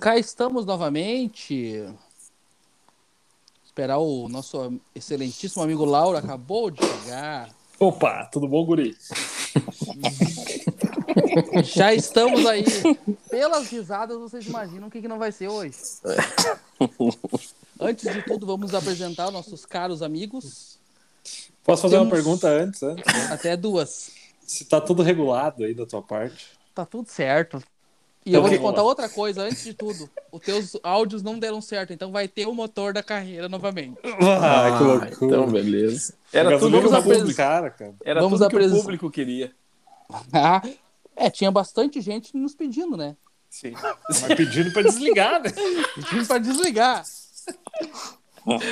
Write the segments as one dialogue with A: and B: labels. A: cá estamos novamente. Esperar o nosso excelentíssimo amigo Lauro acabou de chegar.
B: Opa, tudo bom, guri?
A: Já estamos aí. Pelas risadas, vocês imaginam o que, que não vai ser hoje. Antes de tudo, vamos apresentar nossos caros amigos.
B: Posso fazer uma
A: Temos-
B: pergunta antes, antes?
A: Até duas.
B: Se tá tudo regulado aí da tua parte.
A: Tá tudo certo. E eu
B: Então
A: vou te
B: vamos lá.
A: contar outra coisa antes de tudo. Os teus áudios não deram certo, então vai ter o motor da carreira novamente.
B: Ah, que loucura.
C: Então, beleza.
B: Era
C: Era tudo,
B: gasolina
C: vamos
B: na boca
C: apres...
B: do cara, cara.
C: Era
A: Vamos
C: tudo que
A: apres-
C: o público queria.
A: Ah, é, tinha bastante gente nos pedindo, né?
C: Sim.
B: Mas pedindo pra desligar, né?
A: Pedindo pra desligar.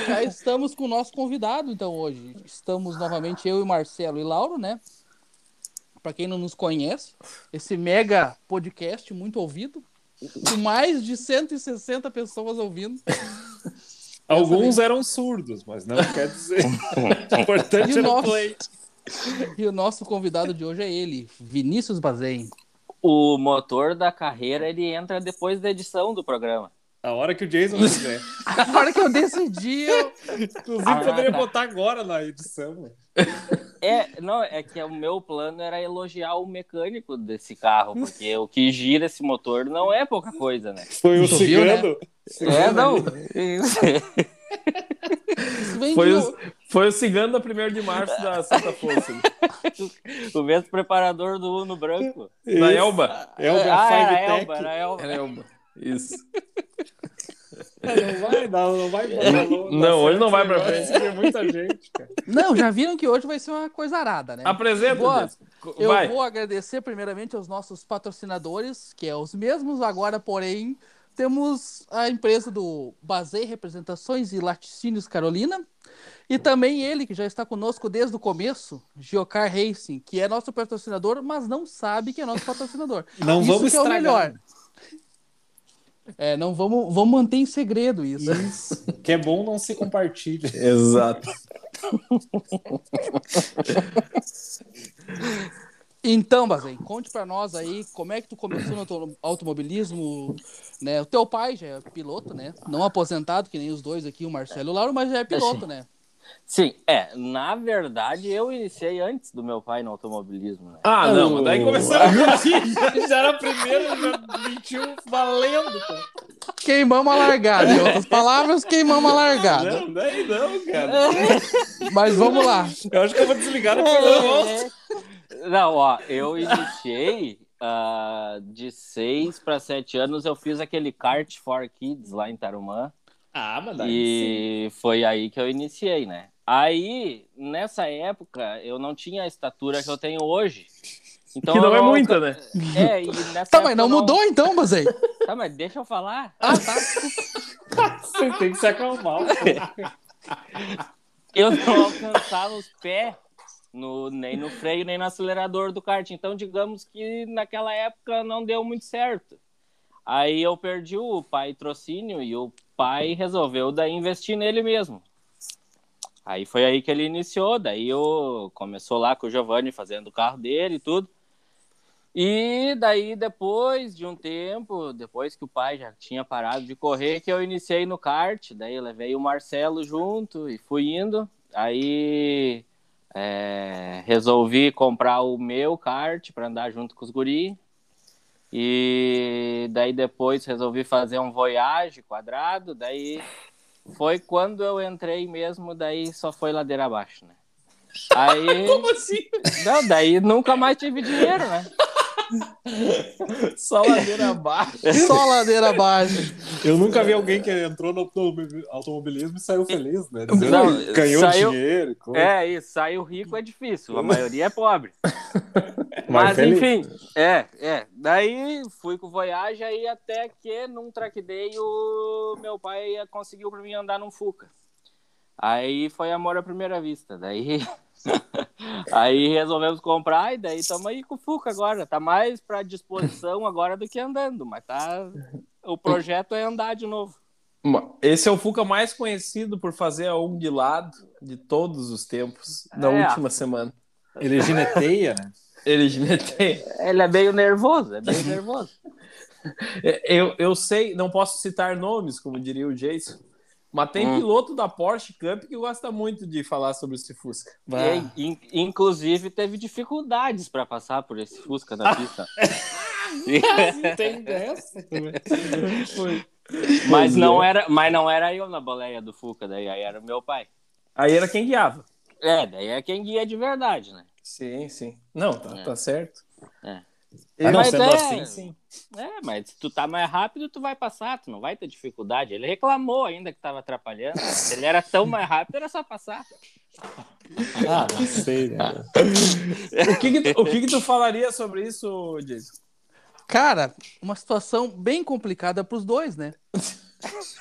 A: Já estamos com o nosso convidado, então, hoje. Estamos novamente eu e Marcelo e Lauro, né? Pra quem não nos conhece, esse mega podcast muito ouvido, com mais de 160 pessoas ouvindo.
B: Alguns eram surdos, mas não quer dizer. O importante
A: E o
B: era o
A: nosso,
B: play.
A: e o nosso convidado de hoje é ele, Vinícius Bazen.
D: O motor da carreira ele entra depois da edição do programa.
B: A hora que o Jason quiser.
A: Na hora que eu decidi, eu...
B: Inclusive,
D: Ah,
B: poderia
D: tá.
B: botar agora na edição. né?
D: É, não, é que o meu plano era elogiar o mecânico desse carro, porque o que gira esse motor não é pouca coisa, né?
B: Foi o
A: Tu viu, né?
B: cigano.
D: É, não.
A: isso vem
C: Foi
A: de-
C: o, foi o cigano da 1 de março da Santa Força.
D: O mesmo preparador do Uno branco.
C: da Elba.
B: É o
D: ah, era
B: Five
D: Elba, era Elba.
C: Era Elba. Isso.
B: Não vai, não, não vai. Não,
C: Não, hoje não vai pra
B: frente. Tem muita gente, cara.
A: Não, já viram que hoje vai ser uma coisa arada, né?
C: Apresenta,
A: Boa.
C: Deus. Co-
A: Eu
C: Vai.
A: vou agradecer primeiramente aos nossos patrocinadores, que é os mesmos agora, porém, temos a empresa do Bazei Representações e Laticínios Carolina, e também ele, que já está conosco desde o começo, Geocar Racing, que é nosso patrocinador, mas não sabe que é nosso patrocinador.
B: Não
A: isso
B: vamos
A: que é o
B: estragar.
A: melhor. É, não vamos, vamos manter em segredo isso.
B: Isso. Que é bom não se compartilha.
C: Exato.
A: Então, Bazen, conte pra nós aí como é que tu começou no auto- automobilismo, né? O teu pai já é piloto, né? Não aposentado, que nem os dois aqui, o Marcelo e o Lauro, mas já é piloto, né?
D: Sim, é. Na verdade, eu iniciei antes do meu pai no automobilismo, né?
C: Ah, não, mas daí começou.
B: aqui, já era primeiro, já mentiu valendo. cara.
A: Queimamos a largada, em outras palavras, queimamos a largada.
B: Não, daí não, cara.
A: Mas vamos lá.
B: Eu acho que eu vou desligar no final.
D: É. Não, ó, eu iniciei ah, de 6 para 7 anos, eu fiz aquele kart for kids lá em Tarumã.
B: Ah, mas
D: E foi aí que eu iniciei, né? Aí, nessa época, eu não tinha a estatura que eu tenho hoje. Então,
C: que não
D: eu
C: é muita, né?
D: É, e nessa
A: Tá,
D: época
A: mas
D: eu
A: não mudou então, Bazen?
D: Tá, mas deixa eu falar.
A: Ah, tá.
B: Você tem que se acalmar. cara.
D: Eu não alcançava os pés no, nem no freio, nem no acelerador do kart. Então, digamos que naquela época não deu muito certo. Aí eu perdi o pai trocínio e o pai resolveu daí investir nele mesmo. Aí foi aí que ele iniciou, daí eu começou lá com o Giovanni fazendo o carro dele e tudo. E daí depois de um tempo, depois que o pai já tinha parado de correr, que eu iniciei no kart, daí eu levei o Marcelo junto e fui indo. Aí é, resolvi comprar o meu kart para andar junto com os guri. E daí depois resolvi fazer um voyage quadrado, daí foi quando eu entrei mesmo, daí só foi ladeira abaixo, né? Aí,
B: Como assim?
D: não, daí nunca mais tive dinheiro, né?
C: Só ladeira abaixo.
A: Só ladeira abaixo.
B: Eu nunca vi alguém que entrou no automobi- automobilismo e saiu feliz, né? Dizendo
D: Não,
B: que ganhou
D: saiu-
B: dinheiro. coisa.
D: É, isso, sair o rico é difícil, a maioria é pobre.
B: Mas
D: Mas,
B: feliz.
D: enfim, é, é. Daí fui com o Voyage aí até que num track day o meu pai conseguiu pra mim andar num Fuca. Aí foi amor à primeira vista. Daí aí resolvemos comprar e daí estamos aí com o Fuca agora. Tá mais pra disposição agora do que andando, mas tá. O projeto é andar de novo.
C: Esse é o Fuca mais conhecido por fazer a um de lado de todos os tempos, da
D: É.
C: última semana.
B: Ele gineteia, né?
C: Ele gineteia.
D: Ele é meio nervoso, é meio nervoso.
C: Eu, eu sei, não posso citar nomes, como diria o Jason, mas tem
D: Hum.
C: piloto da Porsche Cup que gosta muito de falar sobre esse Fusca.
B: Bah.
D: E, in- inclusive, teve dificuldades para passar por esse Fusca na pista.
B: Tem dessa?
C: Foi.
D: mas, não era, mas não era eu na boleia do Fuca, daí aí era o meu pai.
C: Aí era quem guiava.
D: É, daí é quem guia de verdade, né?
C: Sim, sim. Não, tá,
D: É.
C: tá certo.
D: É.
C: Ah, não
D: Mas
C: sendo
D: é-
C: assim, sim.
D: É, mas se tu tá mais rápido, tu vai passar, tu não vai ter dificuldade. Ele reclamou ainda que tava atrapalhando. né? Se ele era tão mais rápido, era só passar.
B: Ah, não sei, né?
C: O que que, tu- o que que tu falaria sobre isso, Jason?
A: Cara, uma situação bem complicada pros dois, né?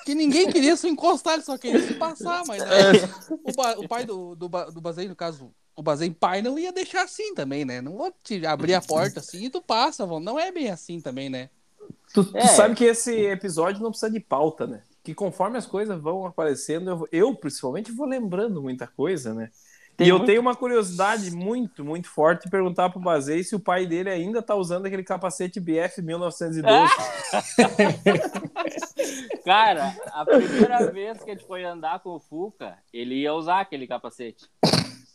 A: Que ninguém queria se encostar, ele só queria se passar, mas né, o, ba- o pai do, do, Ba- do Bazei, no caso, o Bazei pai não ia deixar assim também, né? Não vou te abrir a porta assim e tu passa, vão. Não é bem assim também, né?
C: Tu, tu
D: É.
C: sabe que esse episódio não precisa de pauta, né? Que conforme as coisas vão aparecendo, eu, eu, principalmente vou lembrando muita coisa, né?
D: Tem
C: e eu
D: muito-
C: tenho uma curiosidade muito, muito forte de perguntar pro Bazei se o pai dele ainda tá usando aquele capacete BF 1912.
D: É, Cara, a primeira vez que a gente foi andar com o Fuca, ele ia usar aquele capacete.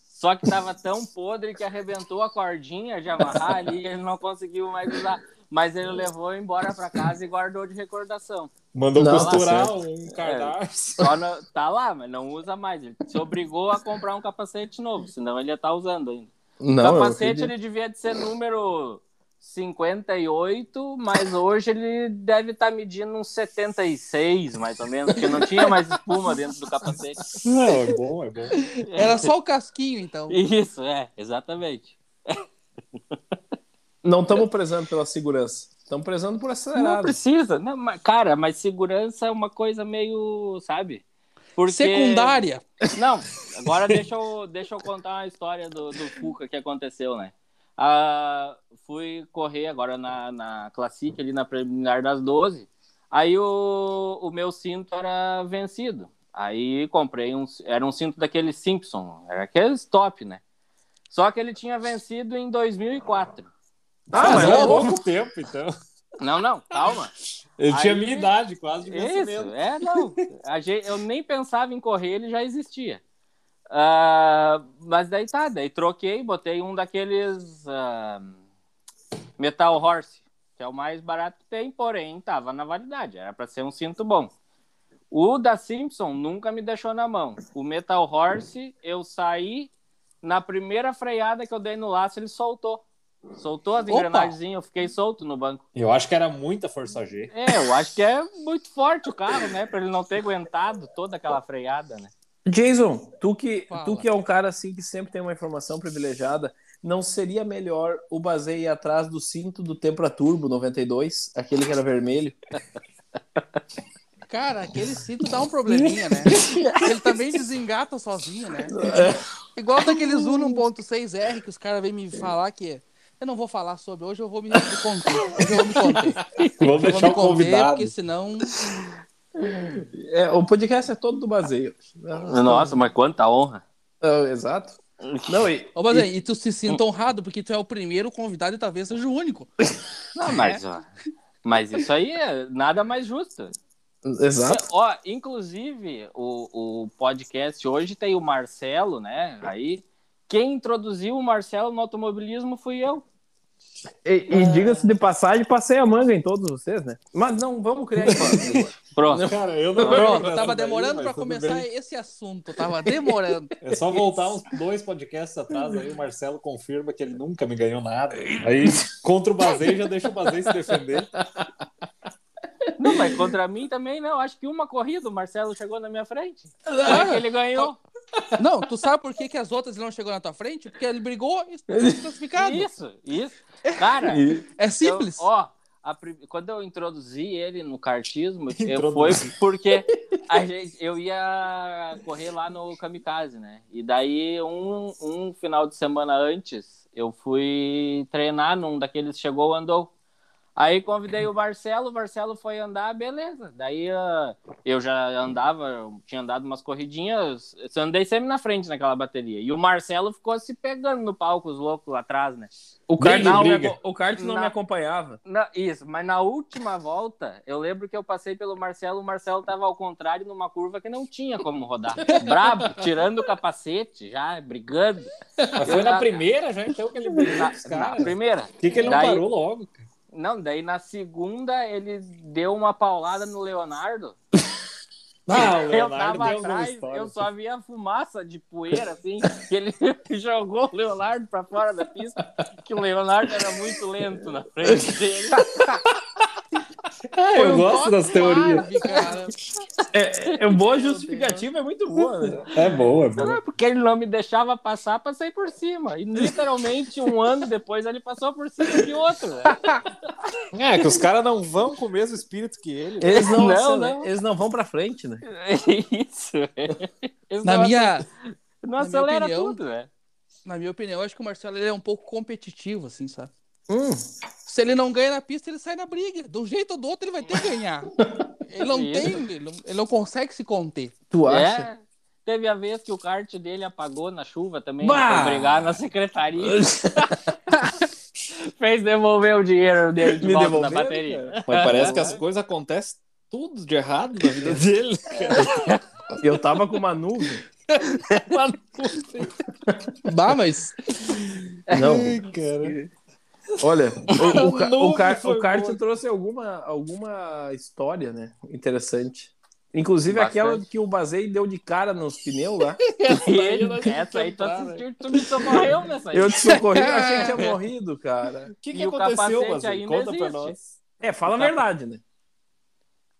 D: Só que tava tão podre que arrebentou a cordinha de amarrar ali e ele não conseguiu mais usar. Mas ele levou embora pra casa e guardou de recordação.
B: Mandou
C: Não,
B: costurar
C: tá
B: um cardápio.
D: Só no- tá lá, mas não usa mais. Ele se obrigou a comprar um capacete novo, senão ele ia estar usando ainda.
C: Não,
D: capacete ele devia de ser número 58, mas hoje ele deve estar medindo uns 76, mais ou menos, porque não tinha mais espuma dentro do capacete.
B: Não, é bom, é bom.
A: Era só o casquinho, então.
D: Isso, é, exatamente.
C: Não estamos prezando pela segurança. Estamos prezando por
D: Não
C: acelerado.
D: precisa, não, mas, cara, mas segurança é uma coisa meio, sabe? Porque...
A: Secundária.
D: Não, agora deixa eu, deixa eu contar uma história do, do Fuca que aconteceu, né? Ah, fui correr agora na, na Classic, ali na preliminar das 12. Aí o, o meu cinto era vencido. Aí comprei um. Era um cinto daquele Simpson, era aqueles top, né? Só que ele tinha vencido em 2004.
C: Ah, mas
B: é
C: é
B: há
C: louco.
B: pouco tempo, então.
D: Não, não, calma.
B: Eu
D: Aí-
B: tinha minha idade, quase de
D: Isso,
B: vencimento.
D: é, não. A gente, eu nem pensava em correr, ele já existia. Ah, mas daí tá, daí troquei, botei um daqueles ah, Metal Horse, que é o mais barato que tem, porém tava na validade, era pra ser um cinto bom. O da Simpson nunca me deixou na mão. O Metal Horse, eu saí na primeira freada que eu dei no laço, ele soltou. Soltou as
A: Opa!
D: engrenagenzinhas, eu fiquei solto no banco.
B: Eu acho que era muita força G.
D: É, eu acho que é muito forte o carro, né? Pra ele não ter aguentado toda aquela freada, né?
C: Jason, tu que,
A: Fala.
C: tu que é um cara assim que sempre tem uma informação privilegiada, não seria melhor o Bazei ir atrás do cinto do Tempra Turbo 92, aquele que era vermelho?
A: Cara, aquele cinto dá um probleminha, né? Ele também desengata sozinho, né? Igual daqueles Uno 1.6R que os caras vêm me falar que é, eu não vou falar sobre hoje, eu vou me me conter. Hoje eu vou me conter.
B: Vamos
A: Eu vou
B: deixar
A: me
B: o
A: conter,
B: convidado.
A: porque senão.
C: É, o podcast é todo do Bazei.
D: Nossa, mas quanta honra.
C: Ah, exato. Não, e,
A: Ô, mas aí, e tu se
B: Hum.
A: sinta honrado, porque tu é o primeiro convidado e talvez seja o único.
D: Não, mas, ó, mas isso aí é nada mais justo.
C: exato.
D: Ó, inclusive, o, o podcast hoje tem o Marcelo, né? Aí, quem introduziu o Marcelo no automobilismo fui eu.
C: E, e diga-se de passagem, passei a manga em todos vocês, né? Mas não, vamos criar hipótese.
D: Pronto.
B: Cara, eu não lembro
A: Pronto,
B: dessa
A: tava
B: daí,
A: demorando
B: mas
A: pra
B: tudo
A: começar
B: bem.
A: esse assunto, tava demorando.
B: É só voltar uns dois podcasts atrás, aí o Marcelo confirma que ele nunca me ganhou nada. Aí contra o Bazei, já deixa o Bazei se defender.
D: Não, mas contra mim também não. Acho que uma corrida o Marcelo chegou na minha frente. Claro.
A: Claro.
D: ele ganhou.
A: Ah, Não, tu sabe por que, que as outras não chegou na tua frente? Porque ele brigou e foi desclassificado.
D: Isso, isso. Cara,
A: É simples.
D: Eu- Então, ó, a pri- quando eu introduzi ele no cartismo, eu foi
B: Introduzi.
D: porque a gente, eu ia correr lá no Kamikaze, né? E daí, um, um final de semana antes, eu fui treinar num daqueles chegou, andou. Aí convidei o Marcelo, o Marcelo foi andar, beleza. Daí ah, eu já andava, eu tinha andado umas corridinhas, eu andei sempre na frente naquela bateria. E o Marcelo ficou se pegando no palco, os loucos lá atrás, né?
C: O
B: Briga,
C: kart não, me,
B: briga.
C: aco- o kart não
D: Na-
C: me acompanhava.
D: Na- isso, mas na última volta, eu lembro que eu passei pelo Marcelo, o Marcelo tava ao contrário numa curva que não tinha como rodar. Brabo, tirando o capacete, já brigando.
B: Mas foi na primeira já, então, que ele brigou
D: Na,
B: com os
D: na
B: caras. Por
D: primeira.
B: que, que ele não
D: Daí-
B: parou logo? cara?
D: Não, daí na segunda ele deu uma paulada no Leonardo.
B: Ah, o
D: eu
B: Leonardo
D: tava
B: deu uma
D: atrás,
B: história.
D: eu só via fumaça de poeira, assim, que ele jogou o Leonardo pra fora da pista, que o Leonardo era muito lento na frente dele.
B: Ah,
A: Foi
B: eu
A: um
B: gosto
A: toque
B: das
A: no
B: teorias.
A: ápice, cara.
C: É, é boa justificativa, é muito boa, né?
B: É boa, é boa.
D: Ah, Porque ele não me deixava passar, passei por cima. E literalmente um ano depois ele passou por cima de outro. né?
B: É, que os caras não vão com o mesmo espírito que ele.
C: Eles não,
D: Não,
C: acel-
D: não.
C: Eles não vão pra frente, né?
D: Isso. Eles
A: Na
D: não,
A: minha,
D: não
A: na minha
D: acelera
A: opinião-
D: tudo, né?
A: na minha opinião, eu acho que o Marcelo ele é um pouco competitivo, assim, sabe?
C: Hum.
A: Se ele não ganha na pista, ele sai na briga. Do jeito ou do outro, ele vai ter que ganhar. Ele não
D: Isso.
A: tem, ele não, ele não consegue se conter.
C: Tu acha?
D: É. Teve a vez que o kart dele apagou na chuva também,
C: Bah!
D: foi brigar na secretaria. Fez devolver o dinheiro dele de volta da bateria.
B: cara. É. Mas parece que as coisas acontecem tudo de errado na vida dele.
C: Eu tava com uma nuvem.
B: Mano, puta
A: Bah, mas
C: Não.
B: que- cara.
C: Olha, o, o, ca- o,
B: Nuvem
C: car-
B: foi
C: o kart
B: boa.
C: trouxe alguma, alguma história, né? Interessante. Inclusive
D: Bastante.
C: aquela que o Bazei deu de cara nos pneus lá.
D: E
B: aí
D: ele-
B: nós vamos
D: essa aí tu,
B: tentar,
D: assistiu, tu me socorreu nessa aí.
C: Eu te socorri, eu achei que tinha morrido, cara.
B: O que, que
D: E o
B: aconteceu,
D: capacete
B: Basil?
D: ainda
B: Conta pra
D: existe.
B: nós.
C: É, fala a verdade, né?
B: O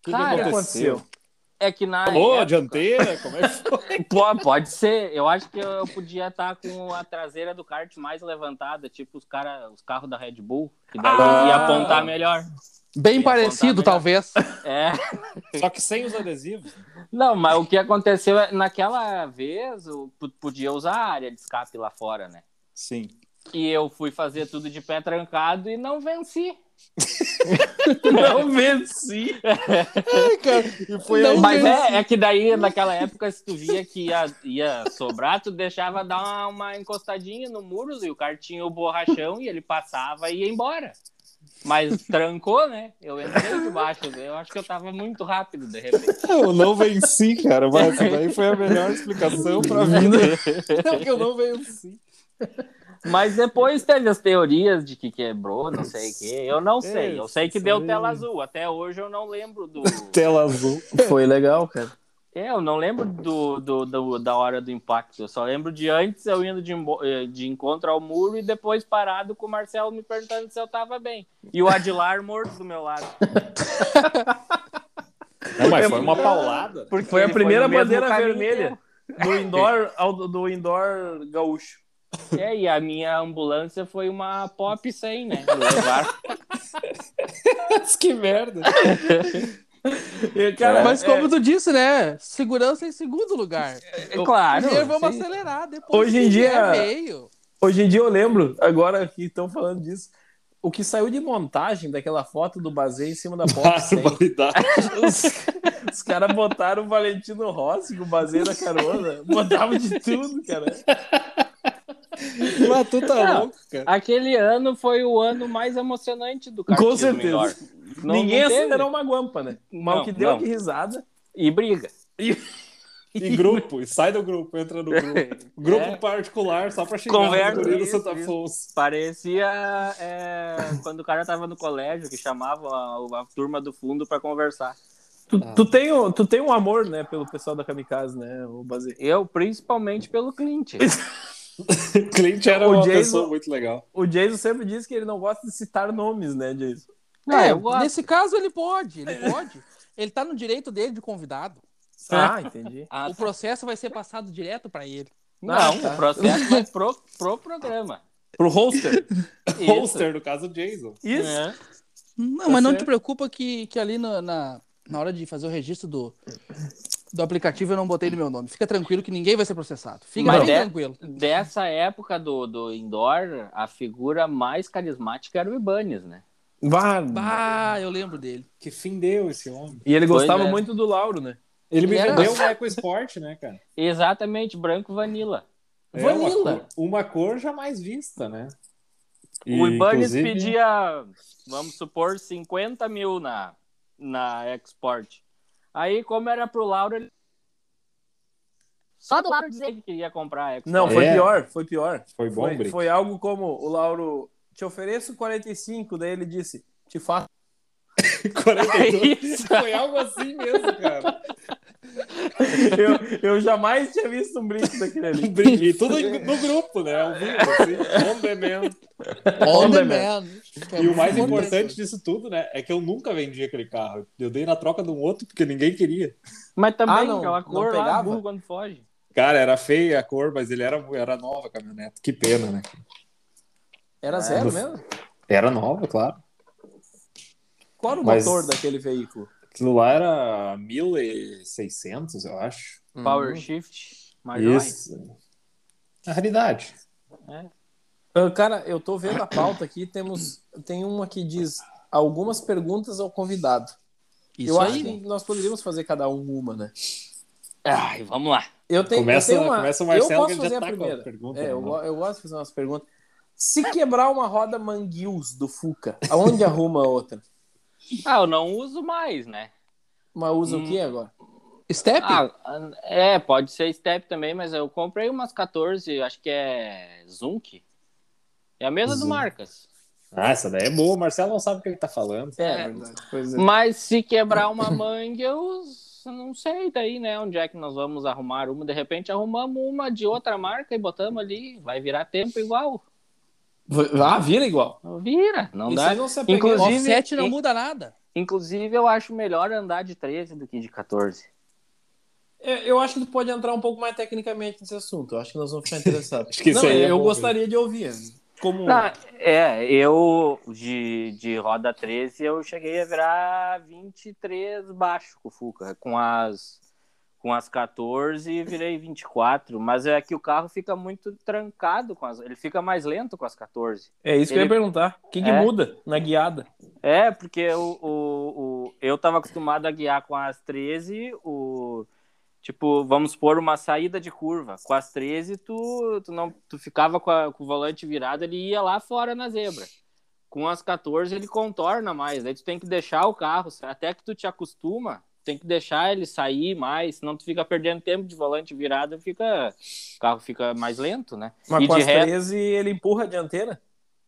B: que,
D: Cara,
B: que
C: O que aconteceu?
B: aconteceu?
D: É que na
B: Ô,
D: época-
B: dianteira, como é que foi?
D: Pô, pode ser. Eu acho que eu podia estar com a traseira do kart mais levantada, tipo os, cara, os carros da Red Bull, que daí
C: Ah!
D: ia apontar melhor.
A: bem
D: Ia
A: parecido,
D: contar
A: talvez.
D: É.
B: Só que sem os adesivos.
D: Não, mas o que aconteceu é, naquela vez, eu p- podia usar a área de escape lá fora, né?
B: Sim.
D: E eu fui fazer tudo de pé trancado e não venci.
C: Não venci.
B: E foi
A: Não, assim,
B: aí.
D: Mas
A: venci.
D: é, é que daí, naquela época, se tu via que ia, ia sobrar, tu deixava dar uma, uma encostadinha no muro e o cara tinha o borrachão e ele passava e ia embora. Mas trancou, né? Eu entrei debaixo, eu acho que eu tava muito rápido de repente.
B: Eu não venci, cara. Mas essa daí foi a melhor explicação pra né? vida. Não, que eu não
A: assim.
B: venci.
D: Mas depois teve as teorias de que quebrou, não sei o quê. Eu não sei. Eu sei que
B: Isso
D: deu
B: aí.
D: tela azul. Até hoje eu não lembro do.
B: Tela azul.
C: Foi legal, cara.
D: É, eu não lembro do, do, do- da hora do impacto. Eu só lembro de antes eu indo de, embo- eh, de encontro ao muro e depois parado com o Marcelo me perguntando se eu tava bem. E o Adilar morto do meu lado.
B: Não, mas foi uma paulada.
D: Porque
C: Foi a
D: ele
C: primeira
D: no mesmo
C: bandeira
D: caminho
C: vermelha do indoor ao do- do indoor gaúcho.
D: que eu. É, e a minha ambulância foi uma pop 100, né? do Levar.
B: que merda.
C: E, cara,
A: mas
C: é,
A: como tu disse, né? Segurança em segundo lugar.
D: É claro.
A: Primeiro vamos
C: sim.
A: acelerar, depois
C: Hoje em
A: se
C: dia-
A: vier, veio.
C: hoje em dia eu lembro, agora que estão falando disso, o que saiu de montagem daquela foto do Bazei em cima da
B: Ah,
C: porta. hein?
B: Barbaridade.
C: Os caras botaram o Valentino Rossi com o Bazei na carona. Botavam de tudo, cara.
B: Mas tu tá
D: Não.
B: louco, cara.
D: Aquele ano foi o ano mais emocionante do cartismo
C: Com certeza.
D: indoor. Não-
C: Ninguém
D: não teve.
C: acelerou uma guampa, né? Mas o
D: Não,
C: que deu
D: não.
C: de risada.
D: E briga.
B: E grupo, e sai do grupo, entra no grupo. Grupo
D: É.
B: particular, só pra xingar
D: Conversa,
B: os guris do
D: isso,
B: Santa
D: isso.
B: Afonso.
D: Parecia é, quando o cara tava no colégio que chamava a, a turma do fundo pra conversar.
C: Tu,
B: Ah.
C: tu, tem, um- tu tem um amor, né, pelo pessoal da Kamikaze, né, o Bazei?
D: Eu, principalmente pelo Clint.
B: O cliente era
C: O
B: uma
C: Jason-
B: pessoa muito legal.
C: O Jason sempre diz que ele não gosta de citar nomes, né, Jason?
D: Não,
A: é,
D: eu gosto.
A: nesse caso ele pode, ele pode. Ele tá no direito dele de convidado.
C: Ah, entendi.
D: Ah,
A: O processo vai ser passado direto pra ele.
D: não,
C: Ah, tá.
D: o processo vai pro, pro programa.
C: Pro holster.
D: Isso.
B: Poster, no caso, o Jason.
C: Isso.
D: É.
A: Não,
C: Tá
A: mas não
C: certo.
A: te preocupa que, que ali na, na, na hora de fazer o registro do, do aplicativo eu não botei no meu nome. Fica tranquilo que ninguém vai ser processado. Fica
D: Mas
A: bem
D: é-
A: tranquilo.
D: Dessa época do, do indoor, a figura mais carismática era o Ibanez, né?
C: Bah,
A: Bah, eu lembro dele.
B: Que fim deu esse homem.
C: E ele
D: Pois
C: gostava
D: é.
C: muito do Lauro, né?
B: Ele me
A: Ele era-
B: vendeu um Eco Sport, né, cara?
D: Exatamente, branco vanilla.
B: É uma
A: Vanilla.
B: cor- Uma cor jamais vista, né? E,
D: o Ibanez
B: inclusive,
D: pedia, vamos supor, 50 mil na, na Export. Aí, como era pro Lauro, ele. Só do Lauro dizer que queria comprar a Export.
C: Não, foi
B: É.
C: pior, foi pior.
B: Foi bom,
C: foi,
B: Brick.
C: foi algo como o Lauro, te ofereço 45, daí ele disse, te faço.
B: 42.
D: Isso.
B: Foi algo assim mesmo, cara.
C: Eu, eu jamais tinha visto um brinco daquele ali.
B: Brick, E tudo em- no grupo, né? Ao vivo, assim, on demand.
A: On
C: the
A: the
C: man.
A: man.
C: É
B: E o mais importante disso tudo, né? É que eu nunca vendi aquele carro. Eu dei na troca de um outro porque ninguém queria.
D: Mas também
C: Ah, não,
D: aquela
C: não
D: cor lá,
C: pegava?
D: burro quando foge.
B: Cara, era feia a cor, mas ele era, era nova a caminhonete. Que pena, né?
C: Era zero
B: É.
C: mesmo?
B: Era nova, claro.
C: Qual era o
B: Mas-
C: motor daquele veículo?
B: Aquilo lá era 1600, eu acho.
D: Power Shift. Major.
B: Uhum. Isso. Na realidade.
C: Ah, Cara, eu tô vendo a pauta aqui, temos, tem uma que diz algumas perguntas ao convidado.
A: Isso
C: eu acho que
A: aí.
C: nós poderíamos fazer cada um uma, né?
D: Ai, vamos lá.
C: Eu tenho,
B: Começa-
C: eu tenho uma...
B: começa o Marcelo,
C: eu posso
B: que ele
C: fazer
B: já
C: a
B: tá com a
C: primeira.
B: pergunta
C: é,
B: na
C: eu,
B: mão.
C: go- eu gosto de fazer umas perguntas. Se quebrar uma roda Manguils do Fuca, aonde arruma a outra?
D: Ah, eu não uso mais, né?
C: Mas usa
D: Hum.
C: o que agora?
A: Step?
D: Ah, é, pode ser Step também, mas eu comprei umas 14, acho que é Zunk. É a mesma do
B: Zunk.
D: Marcas.
B: Ah, essa daí é boa. O Marcelo não sabe o que ele tá falando.
C: É,
D: É.
C: verdade. Pois é.
D: Mas se quebrar uma mangue, eu s- não sei daí, né? Onde é que nós vamos arrumar uma? De repente arrumamos uma de outra marca e botamos ali. Vai virar tempo igual.
C: V- Ah, vira igual.
D: Não vira, não
C: E
D: dá.
C: vocês não se apeguem-
D: Inclusive-
A: Offset não
D: e-
A: muda nada.
D: Inclusive, eu acho melhor andar de 13 do que de 14.
C: É, Eu acho que tu pode entrar um pouco mais tecnicamente nesse assunto. Eu acho que nós vamos ficar interessados.
B: Acho que isso
C: Não,
B: aí é
C: eu
B: bom,
C: gostaria de ouvir. Como
D: Não, é, eu de, de roda 13 eu cheguei a virar 23 baixo com o Fuca. Com as, com as 14 virei 24. Mas é que o carro fica muito trancado, com as, ele fica mais lento com as 14.
C: é isso que eu ia
D: ele-
C: perguntar. O que, que
D: É.
C: muda na guiada?
D: É, porque o, o, o- eu tava acostumado a guiar com as 13, o, tipo, vamos supor, uma saída de curva. Com as 13, tu, tu, não, tu ficava com, a- com o volante virado, ele ia lá fora na zebra. Com as 14, ele contorna mais. Daí tu tem que deixar o carro, até que tu te acostuma, tem que deixar ele sair mais, senão tu fica perdendo tempo de volante virado, fica, o carro fica mais lento, né?
C: Mas
D: E
C: com
D: de
C: as
D: reto-
C: 13 ele empurra a dianteira?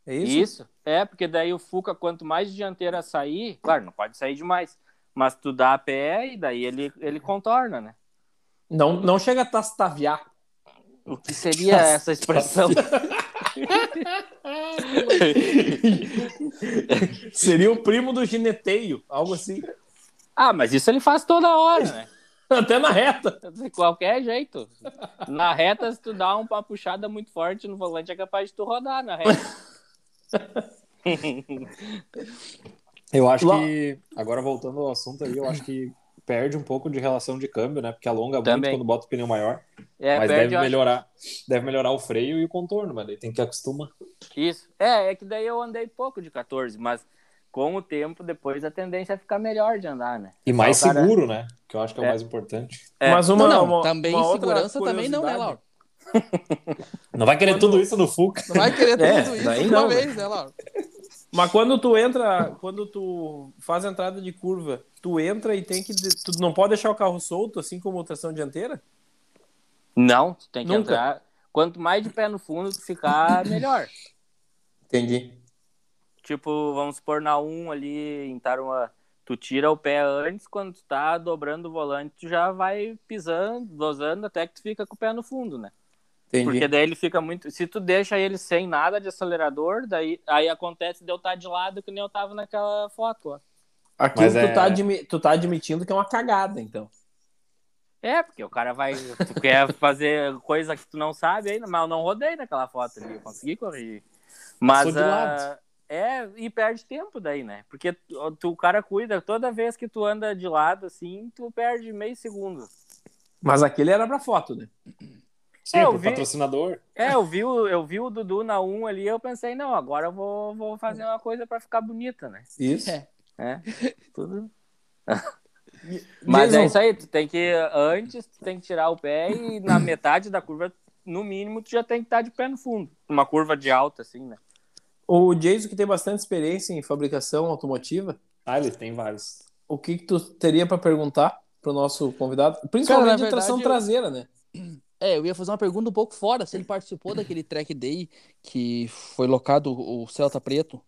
C: É isso?
D: isso? É, porque daí o Fuca, quanto mais dianteira sair, claro, não pode sair demais, mas tu dá a pé e daí ele, ele contorna, né?
C: Não, não chega a tastaviar.
D: O que seria essa expressão?
C: Seria o primo do gineteio, algo assim.
D: ah, mas isso ele faz toda hora, né?
C: Até na reta.
D: De qualquer jeito. Na reta, se tu dá uma puxada muito forte no volante, é capaz de tu rodar na reta.
B: Eu acho
C: Lá-
B: que, agora voltando ao assunto aí, eu acho que perde um pouco de relação de câmbio, né? Porque alonga
D: Também.
B: muito quando bota o pneu maior.
D: É,
B: mas
D: perde,
B: deve
D: eu acho,
B: melhorar. Deve melhorar o freio e o contorno, mas daí tem que acostumar.
D: Isso. É, é que daí eu andei pouco de 14, mas com o tempo, depois a tendência é ficar melhor de andar, né?
B: E mais
D: Só o cara-
B: seguro, né? Que eu acho que é, o
D: É.
B: mais importante.
D: É.
C: Mas uma,
A: não, não,
C: uma-
A: também
C: uma outra
A: segurança também não, né,
C: curiosidade-
A: Lauro?
B: Não vai querer tudo isso no Fuca.
A: Não vai querer
C: É,
A: tudo isso
C: daí
A: de
C: não,
A: uma vez, né, Lauro?
C: Mas quando tu entra, quando tu faz a entrada de curva, tu entra e tem que. Tu não pode deixar o carro solto, assim como tração dianteira?
D: Não, tu tem que
C: Nunca.
D: entrar. Quanto mais de pé no fundo tu ficar, melhor.
C: Entendi.
D: tipo, vamos supor na 1 ali, em Tarumã, tu tira o pé antes, quando tu tá dobrando o volante, tu já vai pisando, dosando até que tu fica com o pé no fundo, né?
C: Entendi.
D: Porque daí ele fica muito. Se tu deixa ele sem nada de acelerador, daí aí acontece de eu estar de lado que nem eu tava naquela foto, ó.
C: Aqui
B: Mas
C: tu,
B: é-
C: tá admi- tu tá admitindo que é uma cagada, então.
D: É, porque o cara vai. Tu quer fazer coisa que tu não sabe ainda, mas eu não rodei naquela foto ali, eu consegui corrigir. Mas.
B: Passou de
D: ah,
B: lado.
D: É, e perde tempo daí, né? Porque tu, tu- o cara cuida, toda vez que tu anda de lado assim, tu perde meio segundo.
C: Mas aquele era pra foto, né?
B: Sim,
D: É, eu
B: por
D: vi.
B: patrocinador.
D: É, eu vi, o, eu vi o Dudu na 1 ali, eu pensei, não, agora eu vou, vou fazer uma coisa pra ficar bonita, né?
C: Isso.
A: É.
D: É, tudo. Mas é isso aí, tu tem que, antes, tu tem que tirar o pé e na metade da curva, no mínimo, tu já tem que estar de pé no fundo. Uma curva de alta, assim, né?
C: O Jason, que tem bastante experiência em fabricação automotiva,
B: Ah, ele tem vários.
C: o que, que tu teria pra perguntar pro nosso convidado?
A: Cara, na
C: Principalmente de tração
A: verdade, eu-
C: traseira, né?
A: É, eu ia fazer uma pergunta um pouco fora, se ele participou daquele track day que foi locado o Celta Preto.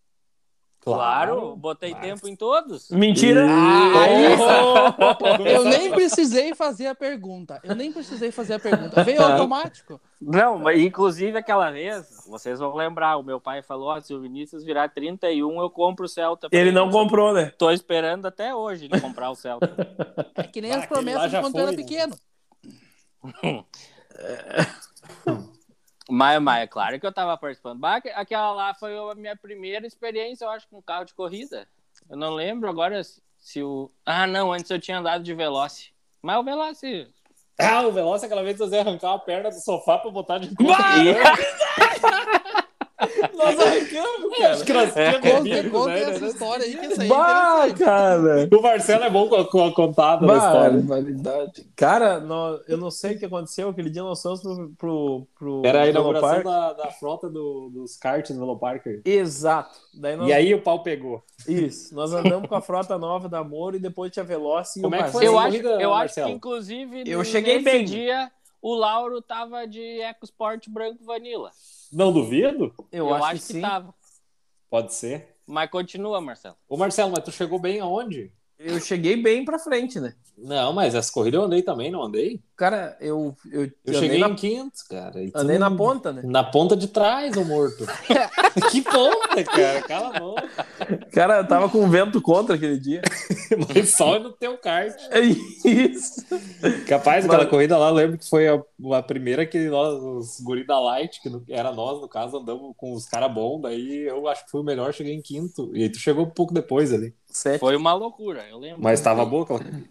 D: Claro, botei
B: mas-
D: tempo em todos.
C: Mentira!
A: Ah, é. Eu nem precisei fazer a pergunta. Eu nem precisei fazer a pergunta. Veio
C: Tá.
A: automático.
D: Não, mas inclusive aquela vez, vocês vão lembrar, o meu pai falou, ó, se o Vinícius virar 31, eu compro o Celta.
C: Ele não comprou, né?
D: Tô esperando até hoje ele comprar o Celta.
A: É que nem
B: Ah,
A: as
B: aquele lá
A: promessas
B: já
A: de quando
B: foi,
A: eu era
B: né?
A: pequeno.
D: mas, mas é claro que eu tava participando. Bah, que- aquela lá foi a minha primeira experiência, eu acho, com carro de corrida. Eu não lembro agora se- se o... Ah, não, antes eu tinha andado de Veloce. Mas o Veloce...
B: Ah, o Veloz aquela vez você arrancar a perna do sofá pra botar de costas.
C: Nós arrancamos,
B: Acho que nós tínhamos
A: Conta,
B: bebido,
A: conta
B: né?
A: essa história aí, que essa aí é
C: Bah,
A: interessante.
C: cara!
B: O Marcelo é bom com a, com a contada da história.
C: Barbaridade. Cara, nó- eu não sei o que aconteceu. Aquele dia nós fomos pro, pro, pro
B: Era a
C: Velopark.
B: inauguração da, da frota do- dos karts no Veloparker.
C: Exato. Daí nós,
B: E aí o pau pegou.
C: Isso. Nós andamos com a frota nova da Moro e depois tinha Veloce e
B: Como
C: o
B: é que foi
C: Marcelo.
D: Eu
B: essa
D: acho,
B: corrida,
D: eu acho que,
B: Marcelo?
D: inclusive,
C: Eu cheguei
D: nesse
C: bem.
D: dia, o Lauro tava de EcoSport branco vanilla.
B: Não duvido?
C: Eu, acho, que, tá sim.
D: tava.
B: Pode ser.
D: Mas continua, Marcelo.
B: Ô Marcelo, mas tu chegou bem aonde?
C: Eu cheguei bem pra frente, né?
B: Não, mas essa corrida eu andei também, não andei?
C: Cara, eu, eu,
B: Eu
C: andei
B: cheguei
C: na-
B: em quinto, cara. e tu
C: andei na
B: não-
C: ponta, né?
B: Na ponta de trás, o morto. que ponta, cara. Cala a boca.
C: Cara, eu tava com um vento contra aquele dia.
B: Mas só no teu kart.
C: É isso.
B: Capaz,
C: Mas-
B: aquela corrida lá, eu lembro que foi a, a primeira que nós, os guri da Light, que no- era nós, no caso, andamos com os caras bons, daí eu acho que fui o melhor, cheguei em quinto. E aí tu chegou um pouco depois ali.
C: Sete.
D: Foi uma loucura, eu lembro.
B: Mas tava boa aquela corrida.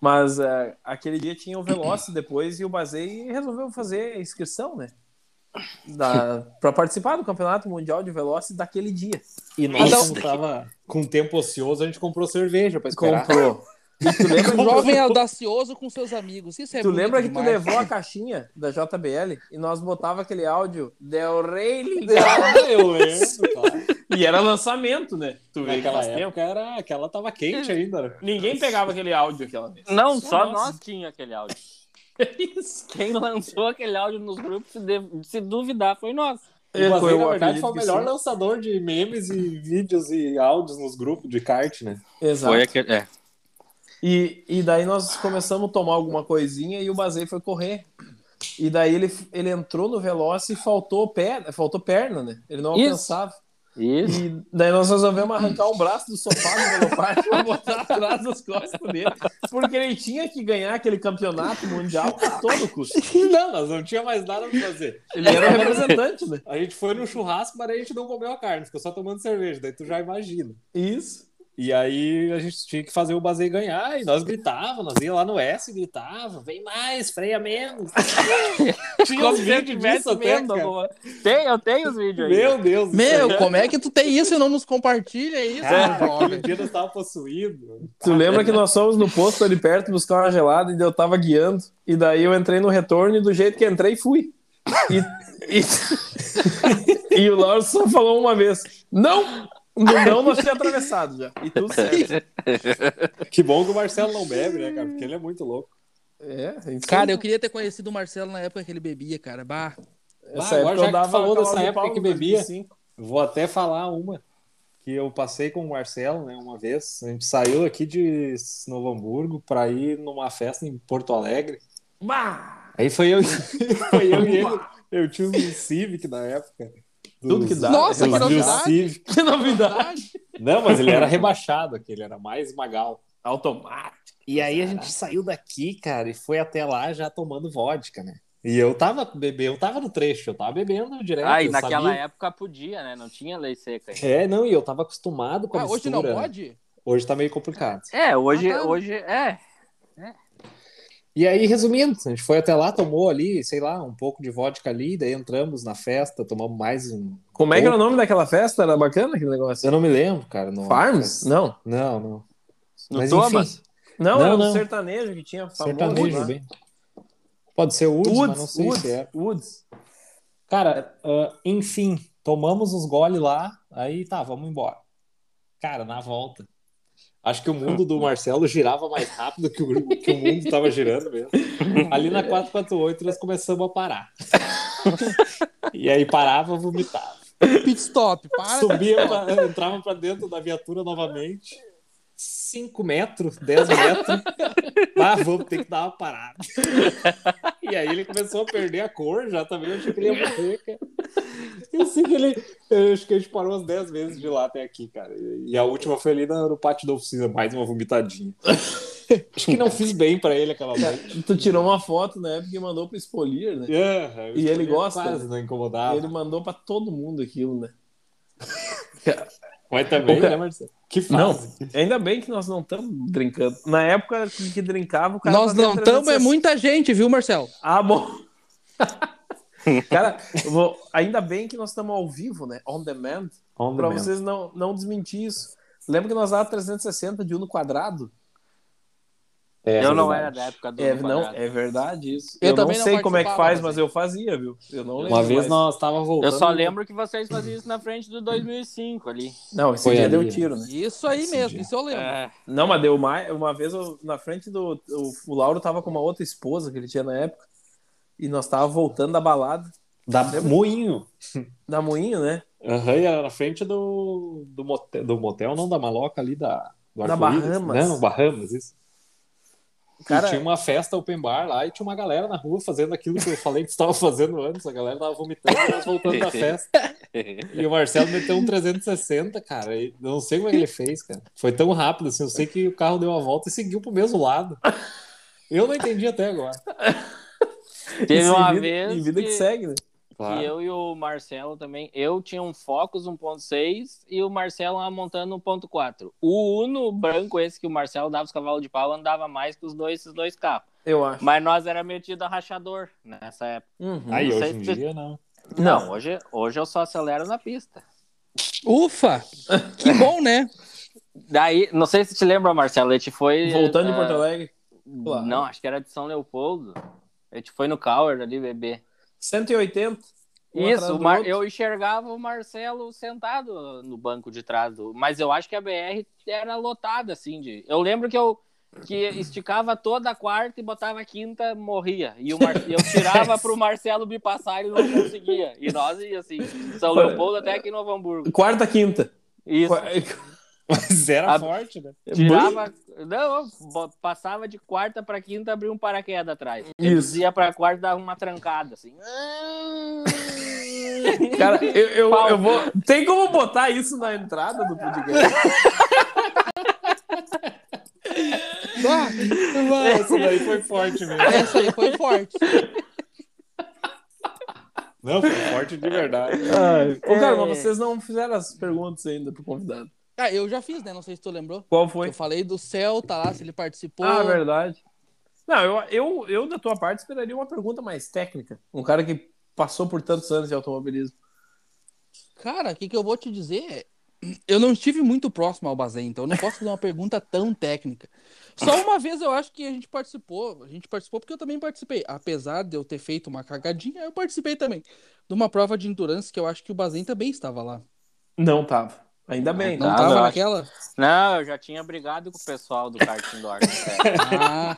C: Mas é, aquele dia tinha o Veloce depois e o Bazei resolveu fazer a inscrição, né? Da... Pra participar do Campeonato Mundial de Veloce daquele dia.
B: E
A: nós-
B: nós como tava com um tempo ocioso, a gente comprou cerveja pra esperar.
C: Comprou. E tu lembra,
A: Um jovem audacioso com seus amigos. Isso é
C: tu
A: bonito
C: lembra que tu
A: demais.
C: levou a caixinha da JBL e nós botava aquele áudio Del Rey ligado.
B: Ah, eu lembro, claro.
C: E era lançamento, né? Tu vê que
B: Naquela
C: faz tempo.
B: época era, aquela tava quente ainda. né?
C: Ninguém pegava aquele áudio aquela vez.
D: Não, só
C: nós.
D: nós tinha aquele áudio.
C: Isso.
D: Quem lançou aquele áudio nos grupos, se, de- se duvidar, foi nós.
B: O Bazei, na verdade,
C: É, acredito
B: É, foi o
C: que
B: melhor
C: sim.
B: lançador de memes e vídeos e áudios nos grupos de kart, né?
C: Exato.
D: aquele. É.
C: E, e daí nós começamos a tomar alguma coisinha e o Bazei foi correr. E daí ele, ele entrou no Veloce e faltou perna, faltou perna, né? Ele não
D: Isso.
C: alcançava.
D: Isso.
C: E daí nós resolvemos arrancar o braço do sofá do Velopark pra botar atrás das costas dele. Porque ele tinha que ganhar aquele campeonato mundial a todo custo.
B: Não, nós não tinha mais nada pra fazer.
C: Ele era o representante, né?
B: A gente foi no churrasco, mas a gente não comeu a carne, ficou só tomando cerveja, daí tu já imagina.
C: Isso.
B: E aí a gente tinha que fazer o Bazei ganhar, e nós gritava, nós ia lá no S e gritava, vem mais, freia menos. tinha uns vídeos disso até, cara.
D: Tem, eu tenho os vídeos aí.
B: Meu Deus.
A: Meu, como é que tu tem isso e não nos compartilha isso,
B: cara, aquele
A: jovem?
B: dia nós É, tava possuído.
C: Tu lembra que nós fomos no posto ali perto buscar uma gelada e eu tava guiando. E daí eu entrei no retorno e do jeito que entrei, fui. E, e, e o Lauro só falou uma vez: Não! No não, nós tinha atravessado já. E tudo certo.
B: Que bom que o Marcelo não bebe, né, cara? Porque ele é muito louco.
C: É, isso
A: Cara,
C: aí.
A: eu queria ter conhecido o Marcelo na época que ele bebia, cara. Bah.
C: Essa
B: Ah,
C: época
B: agora já
C: eu
B: que
C: dava
B: falou
C: caldo
B: dessa
C: de
B: época
C: pau
B: que
C: em
B: bebia.
C: 2005.
B: Vou até falar uma que eu passei com o Marcelo, né, uma vez. A gente saiu aqui de Novo Hamburgo pra ir numa festa em Porto Alegre.
C: Bah!
B: Aí foi eu, foi eu e ele. Eu tinha um Civic na época.
C: Tudo que
B: Dos-
C: dá.
A: Nossa,
B: dos
A: que
B: mil
A: novidade.
B: Civic.
C: Que novidade!
B: Não, mas ele era rebaixado aqui, ele era mais magal.
C: Automático.
B: E aí a gente saiu daqui, cara, e foi até lá já tomando vodka, né? E eu tava bebendo, eu tava no trecho, eu tava bebendo direto.
D: Ah, e
B: eu
D: naquela
B: sabia.
D: época podia, né? Não tinha lei seca. ainda.
B: É, não, e eu tava acostumado com a
A: Ah, hoje não
B: mistura, né?
A: pode?
B: Hoje tá meio complicado.
D: É, hoje,
A: Ah, tá.
D: hoje é.
B: E aí, resumindo, a gente foi até lá, tomou ali, sei lá, um pouco de vodka ali, daí entramos na festa, tomamos mais um.
C: Como é que era o nome daquela festa? Era bacana aquele negócio?
B: Eu não me lembro, cara. Não,
C: Farms? Não.
B: Não, não.
D: No
B: Mas,
D: Thomas?
B: enfim,
C: Não,
B: Não,
C: era
B: não.
C: um sertanejo que tinha famoso.
B: sertanejo,
C: lá.
B: bem. Pode ser Urso, mas não
C: Woods,
B: sei
C: Woods,
B: se é.
C: Woods.
B: Cara, ah, enfim, tomamos uns gole lá, aí tá, vamos embora. Cara, na volta. Acho que o mundo do Marcelo girava mais rápido que o, que o mundo estava girando mesmo. Ali na 448 nós começamos a parar. E aí parava, vomitava.
A: Pit stop, para.
B: Subia, pra- entrava pra dentro da viatura novamente. 5 metros, 10 metros. Ah, vamos ter que dar uma parada. E aí ele começou a perder a cor já também. Eu achei que ele ia morrer, cara. Eu sei que ele. Eu acho que a gente parou umas 10 vezes de lá até aqui, cara. E a última foi ali na- no pátio da oficina, mais uma vomitadinha. Acho que não fiz bem pra ele aquela noite.
C: Tu tirou uma foto na época e mandou pro Spolier, né?
B: Yeah, eu
C: E ele
B: escolhi
C: gosta, né?
B: Quase não incomodava.
C: Ele mandou pra todo mundo aquilo, né?
B: Mas também,
C: O cara-
B: né, Marcelo? Que
C: Não,
B: fase.
C: ainda bem que nós não estamos drincando. Na época que que drincava, o cara. tá
A: Nós
C: fazia
A: não estamos, é
C: 360.
A: muita gente, viu, Marcelo?
C: Ah, bom. cara, eu vou- ainda bem que nós estamos ao vivo, né? On demand.
B: On
C: Pra
B: demand.
C: vocês não, não desmentir isso. Lembra que nós dava 360 de 1 no quadrado?
B: É,
D: eu não
B: verdade.
D: era da época do
C: É,
D: Uno
C: não,
D: Quadrado.
C: é verdade isso.
A: Eu
C: Eu, não
A: também não
C: sei como é que
A: participava,
C: faz,
A: mas
C: mas eu fazia, viu? Eu não lembro.
B: Uma vez
C: mais.
B: nós tava
D: Eu
B: voltando.
D: só lembro que vocês faziam isso na frente do 2005 ali.
C: Não, esse
B: Foi
C: dia
B: ali,
C: deu
B: né?
C: tiro, né?
A: Isso aí
B: Esse
A: mesmo,
B: dia.
A: isso eu lembro.
D: É,
C: Não, mas deu mais. Uma vez eu- na frente do. O, o Lauro tava com uma outra esposa que ele tinha na época. E nós tava voltando da balada,
B: Da Moinho.
C: da moinho, né?
B: Aham, e era na frente do, do, motel, do motel, não, da maloca ali da, do
C: Da
B: arco-íris.
C: Bahamas.
B: Não, Bahamas, isso.
C: Cara-
B: E tinha uma festa open bar lá e tinha uma galera na rua fazendo aquilo que eu falei que estava fazendo antes. A galera tava vomitando e nós voltando da festa. E o Marcelo meteu um 360, cara. E eu não sei como é que ele fez, cara. Foi tão rápido assim. Eu sei que o carro deu uma volta e seguiu pro mesmo lado. Eu não entendi até agora.
D: teve
C: Isso em
D: uma
C: vida-
D: vez
C: Em vida que,
D: que-
C: segue, né?
D: E eu e o Marcelo também. Eu tinha um Focus 1.6 e o Marcelo uma Montana 1.4. O Uno branco, esse que o Marcelo dava os cavalos de pau, andava mais que os dois, esses dois carros.
C: Eu acho.
D: Mas nós era metido a rachador nessa época.
C: Uhum.
B: Aí,
D: Não
B: hoje
D: sei
B: em
D: se-
B: dia, não.
D: Não, hoje, hoje eu só acelero na pista.
A: Ufa! Que bom, né?
D: Daí, não sei se te lembra, Marcelo, a gente foi.
C: Voltando de
D: eh,
C: Porto Alegre, Claro.
D: Não, acho que era de São Leopoldo. A gente foi no Cower ali beber.
C: 180. um atrás
D: Isso,
C: do
D: o Mar-
C: outro.
D: eu enxergava o Marcelo sentado no banco de trás do. Mas eu acho que a BR era lotada, assim. De... Eu lembro que eu que esticava toda a quarta e botava a quinta, morria. E o Mar... eu tirava pro Marcelo me passar e não conseguia. E nós ia assim, São
C: Foi.
D: Leopoldo até aqui em Novo Hamburgo.
C: Quarta, quinta.
D: Isso.
C: Qua-
B: Mas era
D: A-
B: forte, né?
D: Tirava. Não, bo- passava de quarta pra quinta, abria um paraquedas atrás.
C: Isso.
D: Ia pra quarta dava uma trancada, assim.
C: Cara, eu, eu,
D: Pau.
C: eu vou. Tem como botar isso na entrada do podcast?
A: Ah,
B: Essa daí foi forte mesmo.
A: essa aí foi forte.
B: Não, foi forte de verdade.
C: Ô, cara, mas
D: É.
C: vocês não fizeram as perguntas ainda pro convidado.
A: Ah, eu já fiz, né? Não sei se tu lembrou.
C: Qual foi?
A: Eu falei do Celta lá, se ele participou.
C: Ah, verdade. Não, eu, eu, eu, da tua parte, esperaria uma pergunta mais técnica. Um cara que passou por tantos anos de automobilismo.
A: Cara, o que, que eu vou te dizer? é, Eu não estive muito próximo ao Bazé, então eu não posso fazer uma pergunta tão técnica. Só uma vez eu acho que a gente participou. A gente participou porque eu também participei. Apesar de eu ter feito uma cagadinha, eu participei também. De uma prova de endurance que eu acho que o Bazem também estava lá.
C: Não tava. Ainda bem,
A: Não
C: né?
D: tava,
A: estava
D: eu acho.
A: naquela?
D: Não, eu já tinha brigado com o pessoal do kart indoor. né?
A: Ah,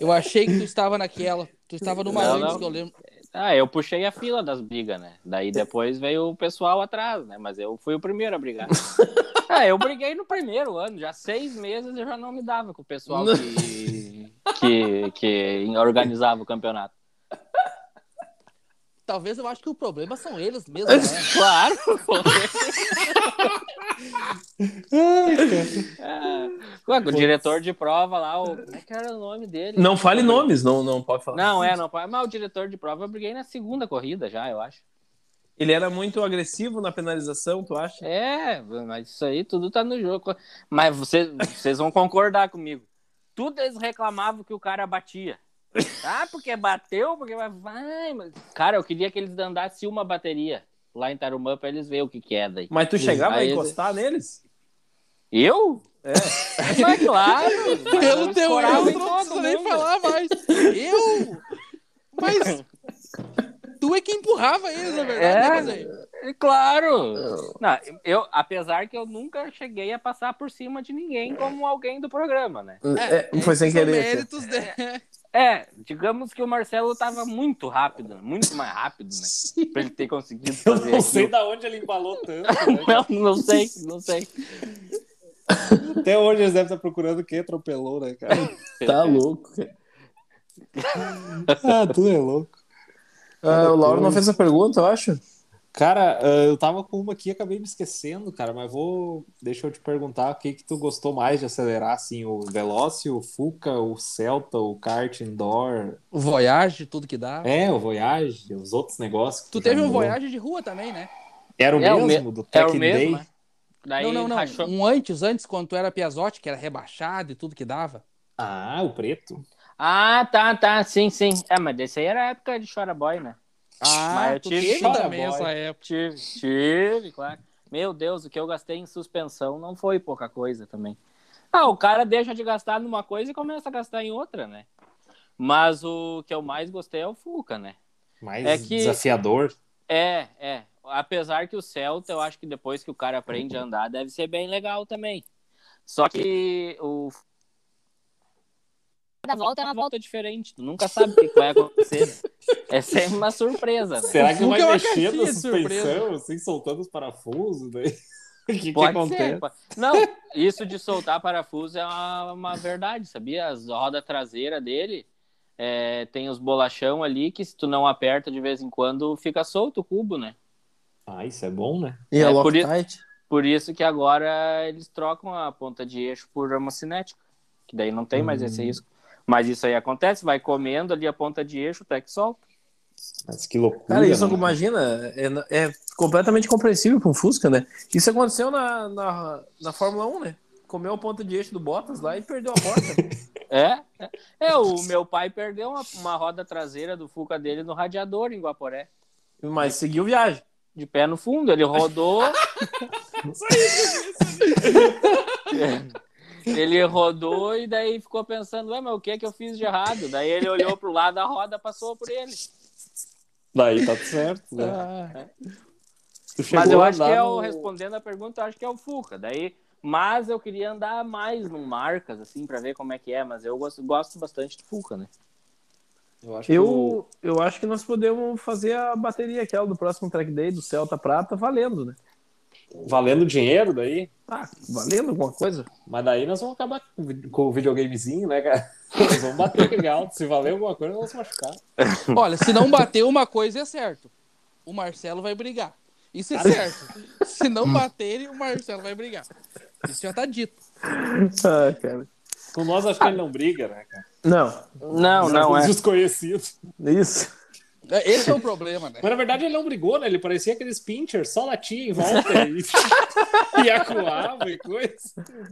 A: eu achei que tu estava naquela. Tu estava numa
D: Não,
A: antes
D: não.
A: que eu lembro.
D: ah, eu puxei a fila das brigas, né? Daí depois veio o pessoal atrás, né? Mas eu fui o primeiro a brigar. ah, eu briguei no primeiro ano, já seis meses eu já não me dava com o pessoal que, que, que organizava o campeonato.
A: Talvez eu acho que o problema são eles mesmos, né?
D: Claro! pô. É. Ué, o diretor de prova lá, o... como é que era o nome dele?
C: Não fale nomes, não, não pode falar.
D: Não, é, não pode. Mas o diretor de prova eu briguei na segunda corrida já, eu acho.
C: Ele era muito agressivo na penalização, tu acha?
D: É, mas isso aí tudo tá no jogo. Mas vocês, vocês vão concordar comigo. Tudo eles reclamavam que o cara batia. Ah, porque bateu, porque vai. vai mas... Cara, eu queria que eles andassem uma bateria lá em Tarumã pra eles verem o que, que é daí.
C: Mas tu chegava
D: Aí
C: a
D: ele-
C: encostar neles?
D: Eu?
C: É.
D: Mas claro! mas eu
A: Pelo teu
D: escorava
A: eu
D: em
A: não
D: todo
A: preciso nem
D: mundo.
A: falar mais. Eu? Mas tu é que empurrava eles, na verdade,
D: É.
A: né, Cazé?
D: É Claro! Não, eu, apesar que eu nunca cheguei a passar por cima de ninguém como alguém do programa, né?
C: É, foi sem
A: São
C: querer. tia.
A: méritos de-
D: É, digamos que o Marcelo tava muito rápido, muito mais rápido, né? Pra ele ter conseguido
B: Eu
D: fazer
B: não sei
D: aquilo.
B: da onde ele embalou tanto. né?
D: Não, não sei, não sei.
B: Até hoje eles devem estar procurando quem atropelou, né, cara?
C: Tá louco.
B: Ah, tu é louco.
C: Ah, o Lauro não fez a pergunta, eu acho.
B: Cara, ah, eu tava com uma aqui e acabei me esquecendo, cara, mas vou. Deixa eu te perguntar o que, que tu gostou mais de acelerar, assim, o Veloci, o Fuca, o Celta, o kart indoor.
A: O Voyage, tudo que dá.
B: É, o Voyage, os outros negócios. que
A: Tu
B: já
A: teve um
B: andou.
A: voyage de rua também, né?
B: Era o
D: É o
B: mesmo,
D: me-
B: do
D: É
B: Tech
D: o mesmo,
B: Day.
D: né? Daí
A: não, não, não.
D: rachou-
A: Um antes, antes, quando tu era Piazotti, que era rebaixado e tudo que dava.
B: Ah, o preto.
D: Ah, tá, tá, sim, sim. É, mas desse aí era a época de Chora Boy, né?
A: Ah,
D: Mas eu
A: tu
D: tive
A: teve
D: Chora
A: também
B: Boy.
A: essa época.
D: Tive, tive, claro. Meu Deus, o que eu gastei em suspensão não foi pouca coisa também. Ah, o cara deixa de gastar numa coisa e começa a gastar em outra, né? Mas o que eu mais gostei é o Fuca, né?
B: Mais
D: É que-
B: desafiador.
D: É, é. Apesar que o Celta, eu acho que depois que o cara aprende a andar, deve ser bem legal também. Só que o
E: Cada volta é uma volta.
D: volta diferente. Tu nunca sabe o que que vai acontecer. né? É sempre uma surpresa, né?
B: Será que
A: Fuca
B: vai
A: é uma
B: mexer na
A: caixinha de
B: suspensão,
A: surpresa.
B: assim, soltando os parafusos? Daí? O que, que
D: Pode ser,
B: acontece?
D: po- Não, isso de soltar parafuso é uma, uma verdade, sabia? As roda traseira dele é, tem os bolachão ali que se tu não aperta de vez em quando fica solto o cubo, né?
B: Ah, isso é bom, né?
C: E a
D: É, por i-
C: Loctite?
D: Por isso que agora eles trocam a ponta de eixo por uma cinética, que daí não tem mais esse
B: Hum.
D: risco. Mas isso aí acontece, vai comendo ali a ponta de eixo até que solta.
B: Mas que loucura.
C: Cara, isso
B: né?
C: imagina, é, é completamente compreensível com um Fusca, né? Isso aconteceu na, na, na Fórmula 1, né? Comeu a ponta de eixo do Bottas lá e perdeu a porta.
D: É, é. é o meu pai perdeu uma, uma roda traseira do Fuca dele no radiador em Guaporé.
C: Mas seguiu viagem.
D: de pé no fundo, ele rodou. ele rodou e daí ficou pensando, ué, mas o que é que eu fiz de errado? Daí ele olhou pro lado, a roda passou por ele.
B: Daí tá certo, né?
A: Ah,
B: Tu
D: Mas
B: chegou
D: eu
B: a
D: acho que
B: andar
D: é
B: no-
D: o, respondendo a pergunta, eu acho que é o Fuca. Daí, mas eu queria andar mais no Marcas, assim, pra ver como é que é, mas eu gosto, gosto bastante do Fuca, né?
B: Eu acho que o-
C: Eu, eu acho que nós podemos fazer a bateria aquela do próximo track day do Celta Prata valendo, né?
B: valendo dinheiro daí.
C: Tá, valendo alguma coisa?
B: Mas daí nós vamos acabar com o vi- com o videogamezinho, né, cara? Nós vamos bater legal. Se valer alguma coisa, nós vamos machucar.
A: Olha, se não bater uma coisa é certo. O Marcelo vai brigar. Isso é certo. Se não baterem, o Marcelo vai brigar. Isso já tá dito.
C: Ah, cara.
B: Com nós, acho que ele não briga, né, cara?
C: Não,
D: Não, não
B: Nós somos
D: é.
B: desconhecidos.
C: isso.
A: É, Esse é o problema, né?
B: Mas na verdade ele não brigou, né? Ele parecia aqueles pinchers, só latia em volta e, e acuava e coisa.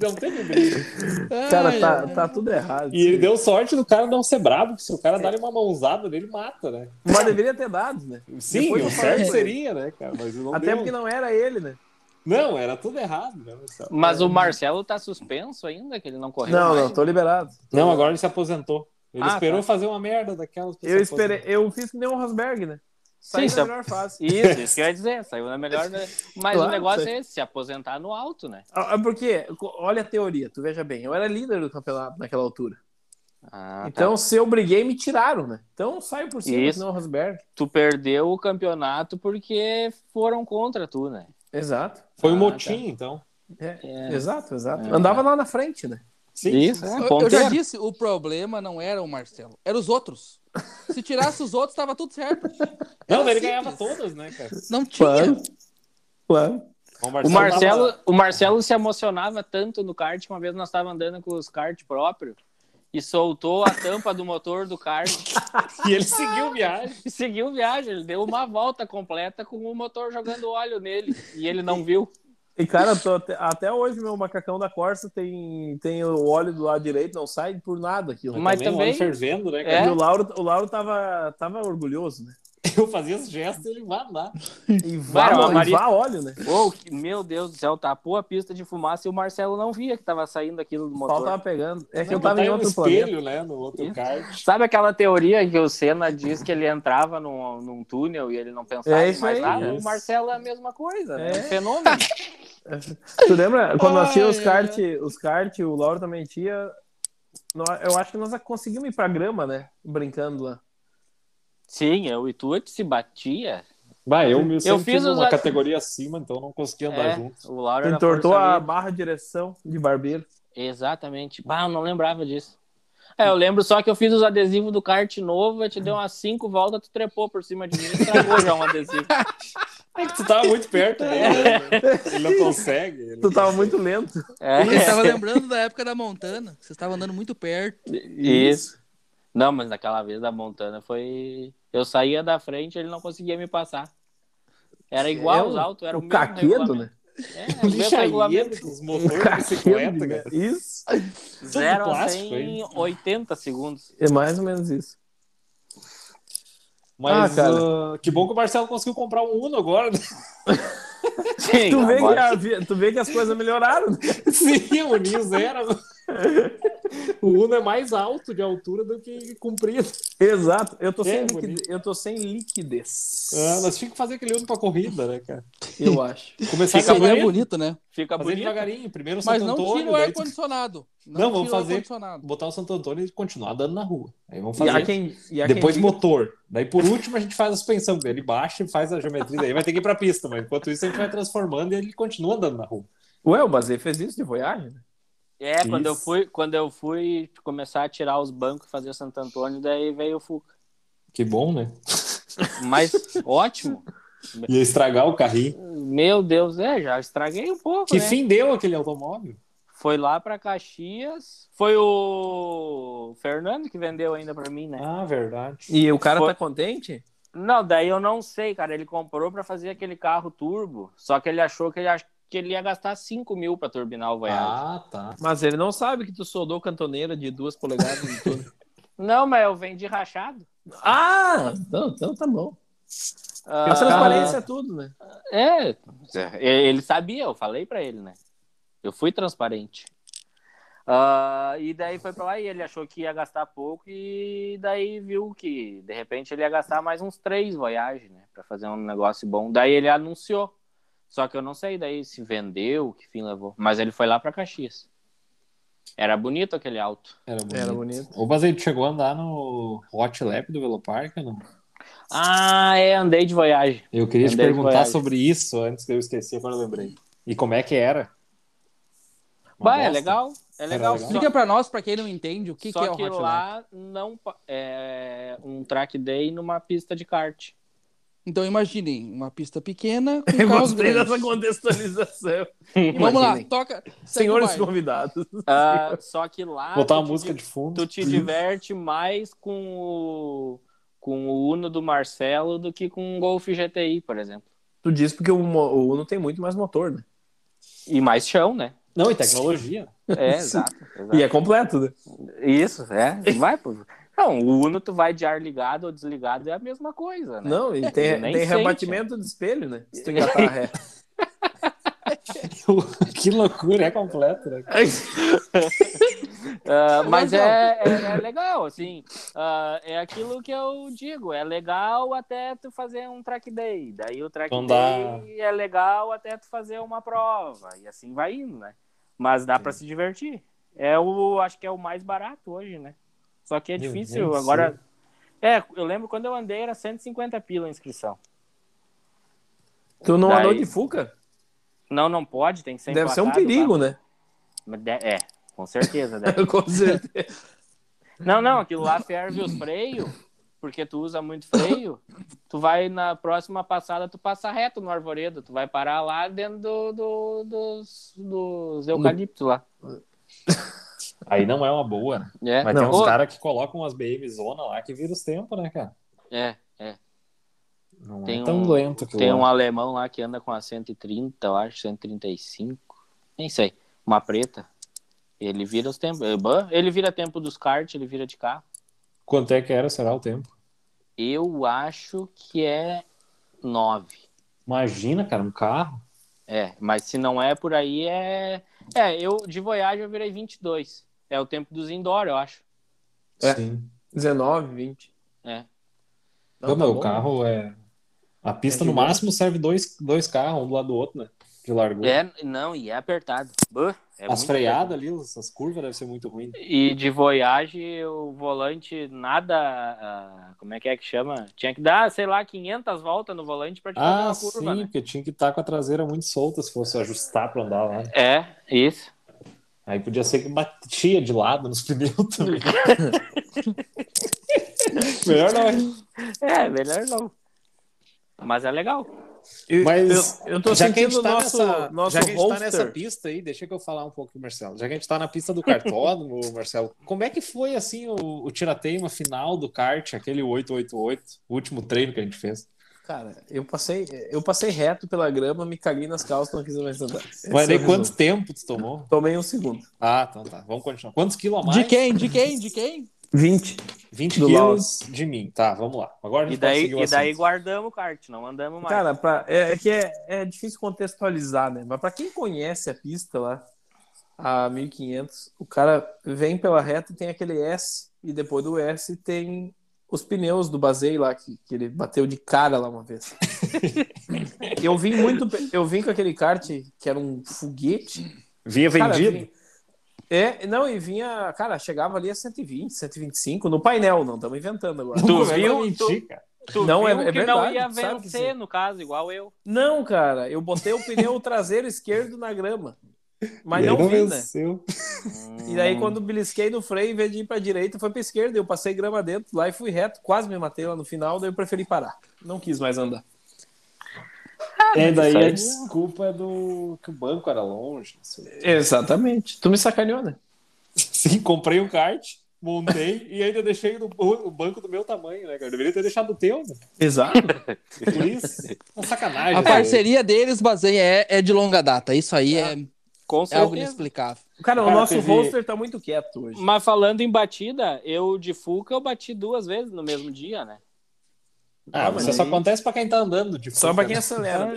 B: Não teve briga. assim.
C: Cara,
A: Ai,
C: tá,
A: ai.
C: tá tudo errado.
B: E ele deu sorte do cara não ser brabo, porque se o cara dar uma mãozada nele, mata, né?
C: Mas deveria ter dado, né?
B: Sim,
C: Depois
B: o
C: eu falo
B: certo
C: com ele.
B: seria, né, cara? Mas não
C: Até
B: deu.
C: porque não era ele, né?
B: Não, era tudo errado, né, Marcelo?
D: Mas o Marcelo tá suspenso ainda, que ele não correu.
C: Não,
D: mais.
C: não, tô liberado.
B: Não, agora ele se aposentou. Ele
D: Ah,
B: esperou
D: tá.
B: fazer uma merda daquelas. pra
C: Eu
B: se
C: esperei, eu fiz que nem o Rosberg, né? Saí
D: Sim,
C: na
D: tá-
C: melhor fase.
D: Isso, isso que eu ia dizer, saiu na melhor. né? Mas
C: Claro,
D: o negócio
C: sim.
D: é esse, se aposentar no alto, né?
C: Ah, ah, Porque, co- olha a teoria, tu veja bem, eu era líder do campeonato naquela altura.
D: Ah,
C: então, se eu briguei, me tiraram, né? Então, eu saio por cima,
D: Isso.
C: que nem o Rosberg.
D: tu perdeu o campeonato porque foram contra tu, né?
C: Exato.
B: aposentar. Foi um
D: Ah,
B: motim, então.
D: É.
C: Exato, exato.
D: É.
C: Andava lá na frente, né?
B: Sim.
D: Isso, é,
A: Eu- Eu
D: ponteiro.
A: já disse, o problema não era o Marcelo, eram os outros. Se tirasse os outros, tava tudo certo.
B: Não,
A: Era
B: ele
A: simples.
B: ganhava todas, né, cara?
A: Não tinha.
C: Claro.
D: O Marcelo, o Marcelo se emocionava tanto no kart, uma vez nós estávamos andando com os kart próprios e soltou a tampa do motor do kart
B: tava- E ele seguiu viagem.
D: e seguiu viagem. Ele deu uma volta completa com o motor jogando óleo nele e ele não viu.
C: E, cara, tô até, até hoje meu macacão da Corsa tem, tem o óleo do lado direito, não sai por nada aquilo.
D: Mas
B: também,
D: também-
B: um fervendo, né?
D: É.
B: cara?
C: E o Lauro, o Lauro tava, tava orgulhoso, né?
B: Eu fazia esse gesto e ele vai lá.
C: E vá,
D: Cara, a
C: e
D: Maria-
C: vá óleo, né?
D: Ô, Oh, que- meu Deus do céu, tapou a pista de fumaça e o Marcelo não via que tava saindo aquilo do
C: O
D: motor. tá
C: pau tava pegando. É que eu
B: Não,
C: tava
B: botar
C: em
B: um
C: outro planeta.
B: espelho, né? No outro
D: Isso.
B: kart.
D: Sabe aquela teoria que o Senna diz que ele entrava num, num túnel e ele não pensava
C: É
D: em
C: isso
D: mais
C: aí,
D: nada?
B: é
D: O
B: isso.
D: Marcelo é a mesma coisa, né?
C: É.
D: Um fenômeno.
C: Tu lembra quando nós tínhamos os
A: Ai, ai,
C: kart, os kart, o Lauro também tinha. nó- Eu acho que nós conseguimos ir pra grama, né? Brincando lá.
D: Sim, eu e tu a gente se batia.
B: Bah, eu me sempre
D: fiz
B: fiz
D: os
B: uma
D: a-
B: categoria acima, então não consegui andar
D: É,
B: junto.
D: o Lauro era
C: Entortou
D: força
C: a
D: livre.
C: barra de direção de barbeiro.
D: Exatamente. Bah, eu não lembrava disso. É, eu lembro só que eu fiz os adesivos do kart novo, eu te dei umas cinco voltas, tu trepou por cima de mim e estragou já um adesivo.
B: É que tu tava muito perto dele, né? Ele não consegue. ele
C: Tu
B: não
C: tava
B: consegue.
C: muito lento.
D: É,
A: Eu tava lembrando da época da Montana, que vocês estavam andando muito perto.
D: isso. Não, mas naquela vez da Montana foi. Eu saía da frente ele não conseguia me passar. Era igual
C: É,
D: os autos, era o,
C: o
D: mesmo
C: caquedo,
D: regulamento.
C: né?
D: É,
B: O
D: o mesmo regulamento.
B: lixaieiro dos motores de bicicleta,
C: né?
B: cara.
C: Isso.
D: 0 a
B: plástico,
D: 100 em
B: hein?
D: 80 segundos.
C: É mais ou menos isso.
B: Mas
C: Ah, cara.
B: ah, que bom que o Marcelo conseguiu comprar um Uno agora. né?
D: Sim,
C: Tu vê, que a vi- tu vê que as coisas melhoraram. né?
B: Sim, o Ninho era. O Uno é mais alto de altura do que comprido.
C: Exato. Eu tô, sem
B: É,
C: liquide-
B: bonito.
C: eu tô sem liquidez.
B: Ah, nós tínhamos que fazer aquele Uno pra corrida, né, cara?
C: Eu acho.
B: Começar
A: Fica bem
B: devagarinho.
A: bonito, né?
D: Fica
B: Fazer
D: bonito.
B: devagarinho. Primeiro o
A: Mas
B: Santo
A: não tira
B: Antônio,
A: o
B: daí tu
A: ar-condicionado.
B: Não,
A: tira
B: vamos
A: o
B: fazer-
A: ar-condicionado.
B: botar o Santo Antônio e continuar andando na rua. Aí vamos
C: E
B: fazer.
C: há quem, e há quem
B: Depois
C: diga-
B: motor. Daí por último a gente faz a suspensão. Ele baixa e faz a geometria. Daí vai ter que ir pra pista, mas enquanto isso a gente vai transformando e ele continua andando na rua.
C: Ué, o Bazê fez isso de voyagem? né?
D: É, quando eu,
B: Isso.
D: fui, quando eu fui começar a tirar os bancos e fazer o Santo Antônio, daí veio o Fuca.
B: Que bom, né?
D: Mas ótimo.
B: Ia estragar o
D: Né?
B: carrinho.
D: Meu Deus, é, já estraguei um pouco,
B: Que
D: né?
B: fim deu aquele automóvel?
D: Foi lá pra Caxias. Foi o Fernando que vendeu ainda pra mim, né?
B: Ah, verdade.
C: E o cara
D: Foi-
C: tá contente?
D: Não, daí eu não sei, cara. Ele comprou pra fazer aquele carro turbo, só que ele achou que ele, ach- que ele ia gastar 5 mil pra turbinar o Voyage.
B: Ah, tá.
C: Mas ele não sabe que tu soldou cantoneira de duas polegadas de tudo.
D: Não, mas eu vendi rachado.
C: ah! Então, então tá bom.
D: Ah,
C: A transparência é tudo, né?
D: É, ele sabia, eu falei pra ele, né? Eu fui transparente. Ah, e daí foi pra lá e ele achou que ia gastar pouco e daí viu que de repente ele ia gastar mais uns três voyagens, né? Pra fazer um negócio bom. Daí ele anunciou. Só que eu não sei daí se vendeu, que fim levou. Mas ele foi lá pra Caxias. Era bonito aquele auto.
B: Era bonito.
C: Era bonito.
B: O Baseiro chegou a andar no Hot Lap do Velopark, não?
D: Ah, é, andei de voyagem.
B: Eu queria te
D: Andei de
B: perguntar
D: Goiás.
B: sobre isso antes que eu esqueci, agora eu lembrei. E como é que era? Uma
D: Bah, é
B: bosta.
D: legal. É
B: Era
D: legal.
B: legal.
D: Só-
A: Explica pra nós, pra quem não entende, o que,
D: Só
A: que é o
D: que
A: Hot Lap.
D: lá não pa- é um track day numa pista de kart.
A: Então imaginem, uma pista pequena com
C: Eu
A: carros
C: gostei
A: grandes.
C: dessa contextualização.
A: Vamos lá,
C: Imaginem.
A: toca. segue o
C: Senhores
A: baile.
C: convidados.
D: Ah, só que lá
B: Botar uma
D: tu te
B: música
D: di-
B: de um fundo.
D: tu te diverte mais com o com o Uno do Marcelo do que com um Golf GTI, por exemplo.
C: Tu diz porque o, mo- o Uno tem muito mais motor, né?
D: E mais chão, né?
B: Não, e tecnologia.
D: É, exato. exato.
C: E é completo, né?
D: Isso, é. Vai, pô. Não, o Uno tu vai de ar ligado ou desligado é a mesma coisa, né?
C: Não, e
D: Eu
C: tem,
D: nem
C: tem
D: sei,
C: rebatimento de espelho, né? Se tu engatar a ré.
B: que loucura, é completo, né?
D: Ah, mas
A: Mas não.
D: é, é, é legal, assim. ah, é aquilo que eu digo. É legal até tu fazer um track day. Daí o track
B: Então dá-
D: day é legal até tu fazer uma prova. E assim vai indo, né? Mas dá pra se divertir. É o, acho que é o mais barato hoje, né? Só que é
B: Meu,
D: difícil
B: nem
D: agora. É, eu lembro quando eu andei era 150 pila a inscrição.
C: tu não
D: Daí-
C: andou de fuca?
D: Não, não pode, tem que ser
C: Deve ser um
D: emplacado,
C: perigo, né?
D: tá? De- É, com certeza. Deve
C: Com certeza.
D: Não, não, aquilo lá ferve os freios, porque tu usa muito freio. Tu vai na próxima passada, tu passa reto no arvoredo, tu vai parar lá dentro do- do- dos, dos eucaliptos lá.
B: Aí não é uma boa, né?
D: É.
B: Mas
C: Não.
B: tem uns
D: Ô,
B: caras que colocam umas BM zona lá que vira os tempos, né, cara?
D: é, é.
B: Não
D: Tem
B: é tão
D: um-
B: lento que
D: é, Tem
B: eu
D: um alemão lá que anda com a 130, eu acho, 135. Nem sei. Uma preta. Ele vira os tempos. Ele vira tempo dos kart, ele vira de carro.
B: Quanto é que era? Será o tempo?
D: Eu acho que é 9.
B: Imagina, cara, um carro.
D: É, mas se não é por aí, é. É, eu de Voyage eu virei 22. É o tempo dos indoor, eu acho.
C: É.
B: Sim.
C: 19, 20.
D: É.
C: Não,
B: Não,
C: tá
B: o
C: bom.
B: carro é. A pista
C: É
B: no
C: gigante.
B: máximo serve dois, dois carros, um do lado do outro, né? De largura.
D: É, não, e é apertado. Buh, é
B: As
D: muito
B: freadas ali, as curvas devem ser muito ruim.
D: E de Voyage, o volante nada. ah, como é que é que chama? Tinha que dar, sei lá, 500 voltas no volante pra te fazer
B: Ah,
D: uma
B: sim,
D: curva. né?
B: porque tinha que estar com a traseira muito solta se fosse ajustar pra andar lá. né?
D: É, isso.
B: Aí podia ser que batia de lado nos pneus também. Melhor não, hein?
D: É, melhor não. Mas é legal.
C: E
B: Mas
C: eu, eu tô
B: já que a
C: sentindo
B: gente
C: o
B: tá
C: nosso,
B: nessa,
C: nosso
B: já que a gente tá nessa
C: holster.
B: pista aí, deixa que eu falar um pouco, Marcelo. Já que a gente tá na pista do cartódromo, Marcelo, como é que foi assim o, o tirateima final do kart, aquele 888, o último treino que a gente fez?
C: Cara, eu passei, eu passei reto pela grama, me caguei nas calças, não quis mais andar. Esse
B: Mas
C: é
B: nem
C: o
B: quanto
C: resumo.
B: tempo tu tomou?
C: Tomei um segundo.
B: Ah, então tá. Vamos continuar. Quantos quilos a mais?
A: De quem? De quem? De quem?
C: 20.
B: 20
C: Do
B: quilos de mim. Tá, vamos lá. Agora a
D: E
B: gente
D: daí,
B: conseguiu assim. o
D: e daí
B: assunto.
D: guardamos o kart, não andamos mais.
C: Cara, pra- é, é que é, é difícil contextualizar, né? Mas pra quem conhece a pista lá, a 1500, o cara vem pela reta e tem aquele S, e depois do S tem os pneus do Basei lá, que, que ele bateu de cara lá uma vez. eu vim muito. pe- Eu vim com aquele kart que era um foguete.
B: Vinha
C: Cara,
B: vendido?
C: vinha- é, não, e vinha, cara, chegava ali a 120, 125 no painel, não estamos inventando agora.
D: Tu
B: Como é que eu
D: viu?
B: menti, cara?
D: tu
C: não,
D: viu
C: é- é
D: que não
C: verdade,
D: ia
C: tu sabe que
D: vencer,
C: sim.
D: no caso, igual eu.
C: Não, cara, eu botei o pneu traseiro esquerdo na grama. Mas
B: E
C: não
B: ele
C: vi, né?
B: venceu.
D: Hum,
C: E daí, quando belisquei no freio, em vez de ir pra direita, foi pra esquerda. Eu passei grama dentro lá e fui reto. Quase me matei lá no final, daí eu preferi parar. Não quis mais andar.
B: É, daí
D: isso
B: a
D: aí-
B: desculpa é do que o banco era longe. não sei.
C: Exatamente. Tu me sacaneou, né?
B: Sim, comprei um kart, montei e ainda deixei no- o banco do meu tamanho, né, cara? Eu deveria ter deixado o teu, né?
C: Exato.
B: Por isso. Uma sacanagem.
A: A
B: né?
A: parceria deles, Bazen, é, é de longa data. Isso aí é, é
D: Com
A: algo
D: certeza.
A: inexplicável.
C: Cara, o
B: Cara,
C: nosso
B: teve-
C: roster tá muito quieto hoje.
D: Mas falando em batida, eu de Fuca eu bati duas vezes no mesmo dia, né?
B: Ah, mas isso só acontece pra quem tá andando. Tipo,
C: Só pra quem acelera. né?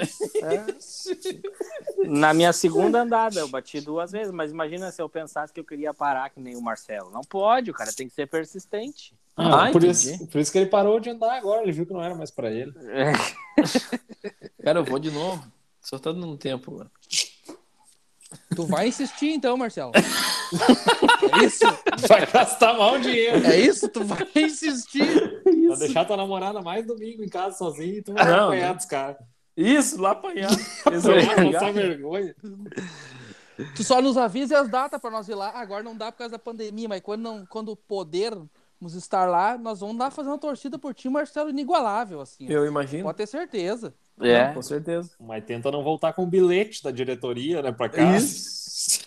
D: Na minha segunda andada, eu bati duas vezes, mas imagina se eu pensasse que eu queria parar que nem o Marcelo. Não pode, o cara tem que ser persistente.
B: Ah,
C: Ah,
B: por,
C: entendi.
B: isso, por isso que ele parou de andar agora. Ele viu que não era mais pra ele.
C: Cara, eu vou de novo. Só tá dando tempo, mano.
A: Tu vai insistir então, Marcelo. É isso?
B: Vai gastar mal dinheiro.
A: É isso? Tu vai insistir?
B: Pra deixar tua namorada mais domingo em casa sozinha e tu vai
C: Não,
B: apanhar
C: né?
B: dos caras.
C: Isso, lá apanhar.
B: Apanhar,
C: Resolvi
B: passar
C: pegar.
B: vergonha.
A: Tu só nos avisa as datas pra nós ir lá. Agora não dá por causa da pandemia, mas quando, não, quando pudermos estar lá, nós vamos dar fazer uma torcida por ti, Marcelo, inigualável, assim.
C: Eu imagino.
A: Pode ter certeza.
D: É.
C: Com certeza.
B: Mas tenta não voltar com o bilhete da diretoria, né, pra casa.
C: Isso.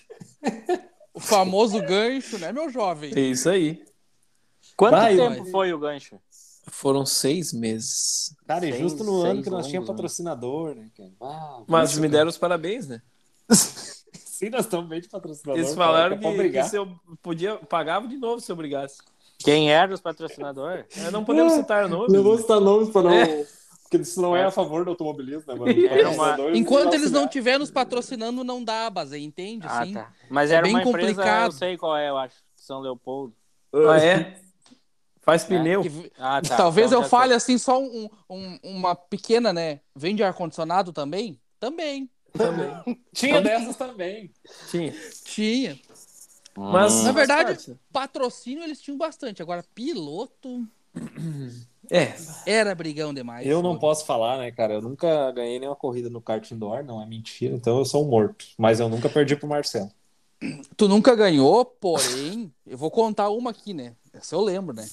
A: O famoso gancho, né, meu jovem?
C: É isso aí.
D: Quanto
B: Vai,
D: tempo
A: vai.
D: foi o gancho?
C: Foram seis meses.
B: Cara, e
C: Seis-
B: justo no ano
C: seis,
B: que nós
C: onze
B: tínhamos
C: anos.
B: patrocinador, né, cara? Ah,
C: Mas
B: puxa,
C: me
B: cara.
C: deram os parabéns, né?
B: Sim, nós estamos bem de patrocinador.
C: Eles
B: cara,
C: falaram
B: É
C: que,
B: pra obrigar.
C: que se eu podia, pagava de novo se eu brigasse.
D: Quem era os patrocinadores?
C: É, não podemos citar nomes.
B: Ah,
C: né?
B: Não vou citar nomes pra não...
C: É.
B: Porque isso não é a favor do automobilismo, né, mano?
C: É
D: uma-
B: Patrocinadores
A: Enquanto eles não
B: auxiliar.
A: tiverem nos patrocinando, não dá, Bazé, entende?
D: Ah,
A: Sim.
D: tá. Mas
A: É
D: era
A: bem
D: uma empresa,
A: complicado.
D: eu sei qual é, eu acho. São Leopoldo.
C: Ah, é? Faz pneu.
A: Que-
D: Ah, tá.
A: Talvez
D: Então
A: eu
D: já
A: fale assim só um- um- uma pequena, né? Vende ar-condicionado também? Também.
B: Tinha dessas também.
C: Tinha.
A: Tinha.
D: sei.
C: Mas,
A: Na
D: Hum.
A: verdade-
C: faz parte.
A: Patrocínio eles tinham bastante. Agora, piloto
C: É.
A: era brigão demais.
B: Eu não posso falar, né, cara? Eu nunca ganhei nenhuma corrida no kart indoor, não é mentira. Então eu sou um morto. Mas eu nunca perdi pro Marcelo.
A: Tu nunca ganhou, porém, eu vou contar uma aqui, né? Essa eu lembro, né?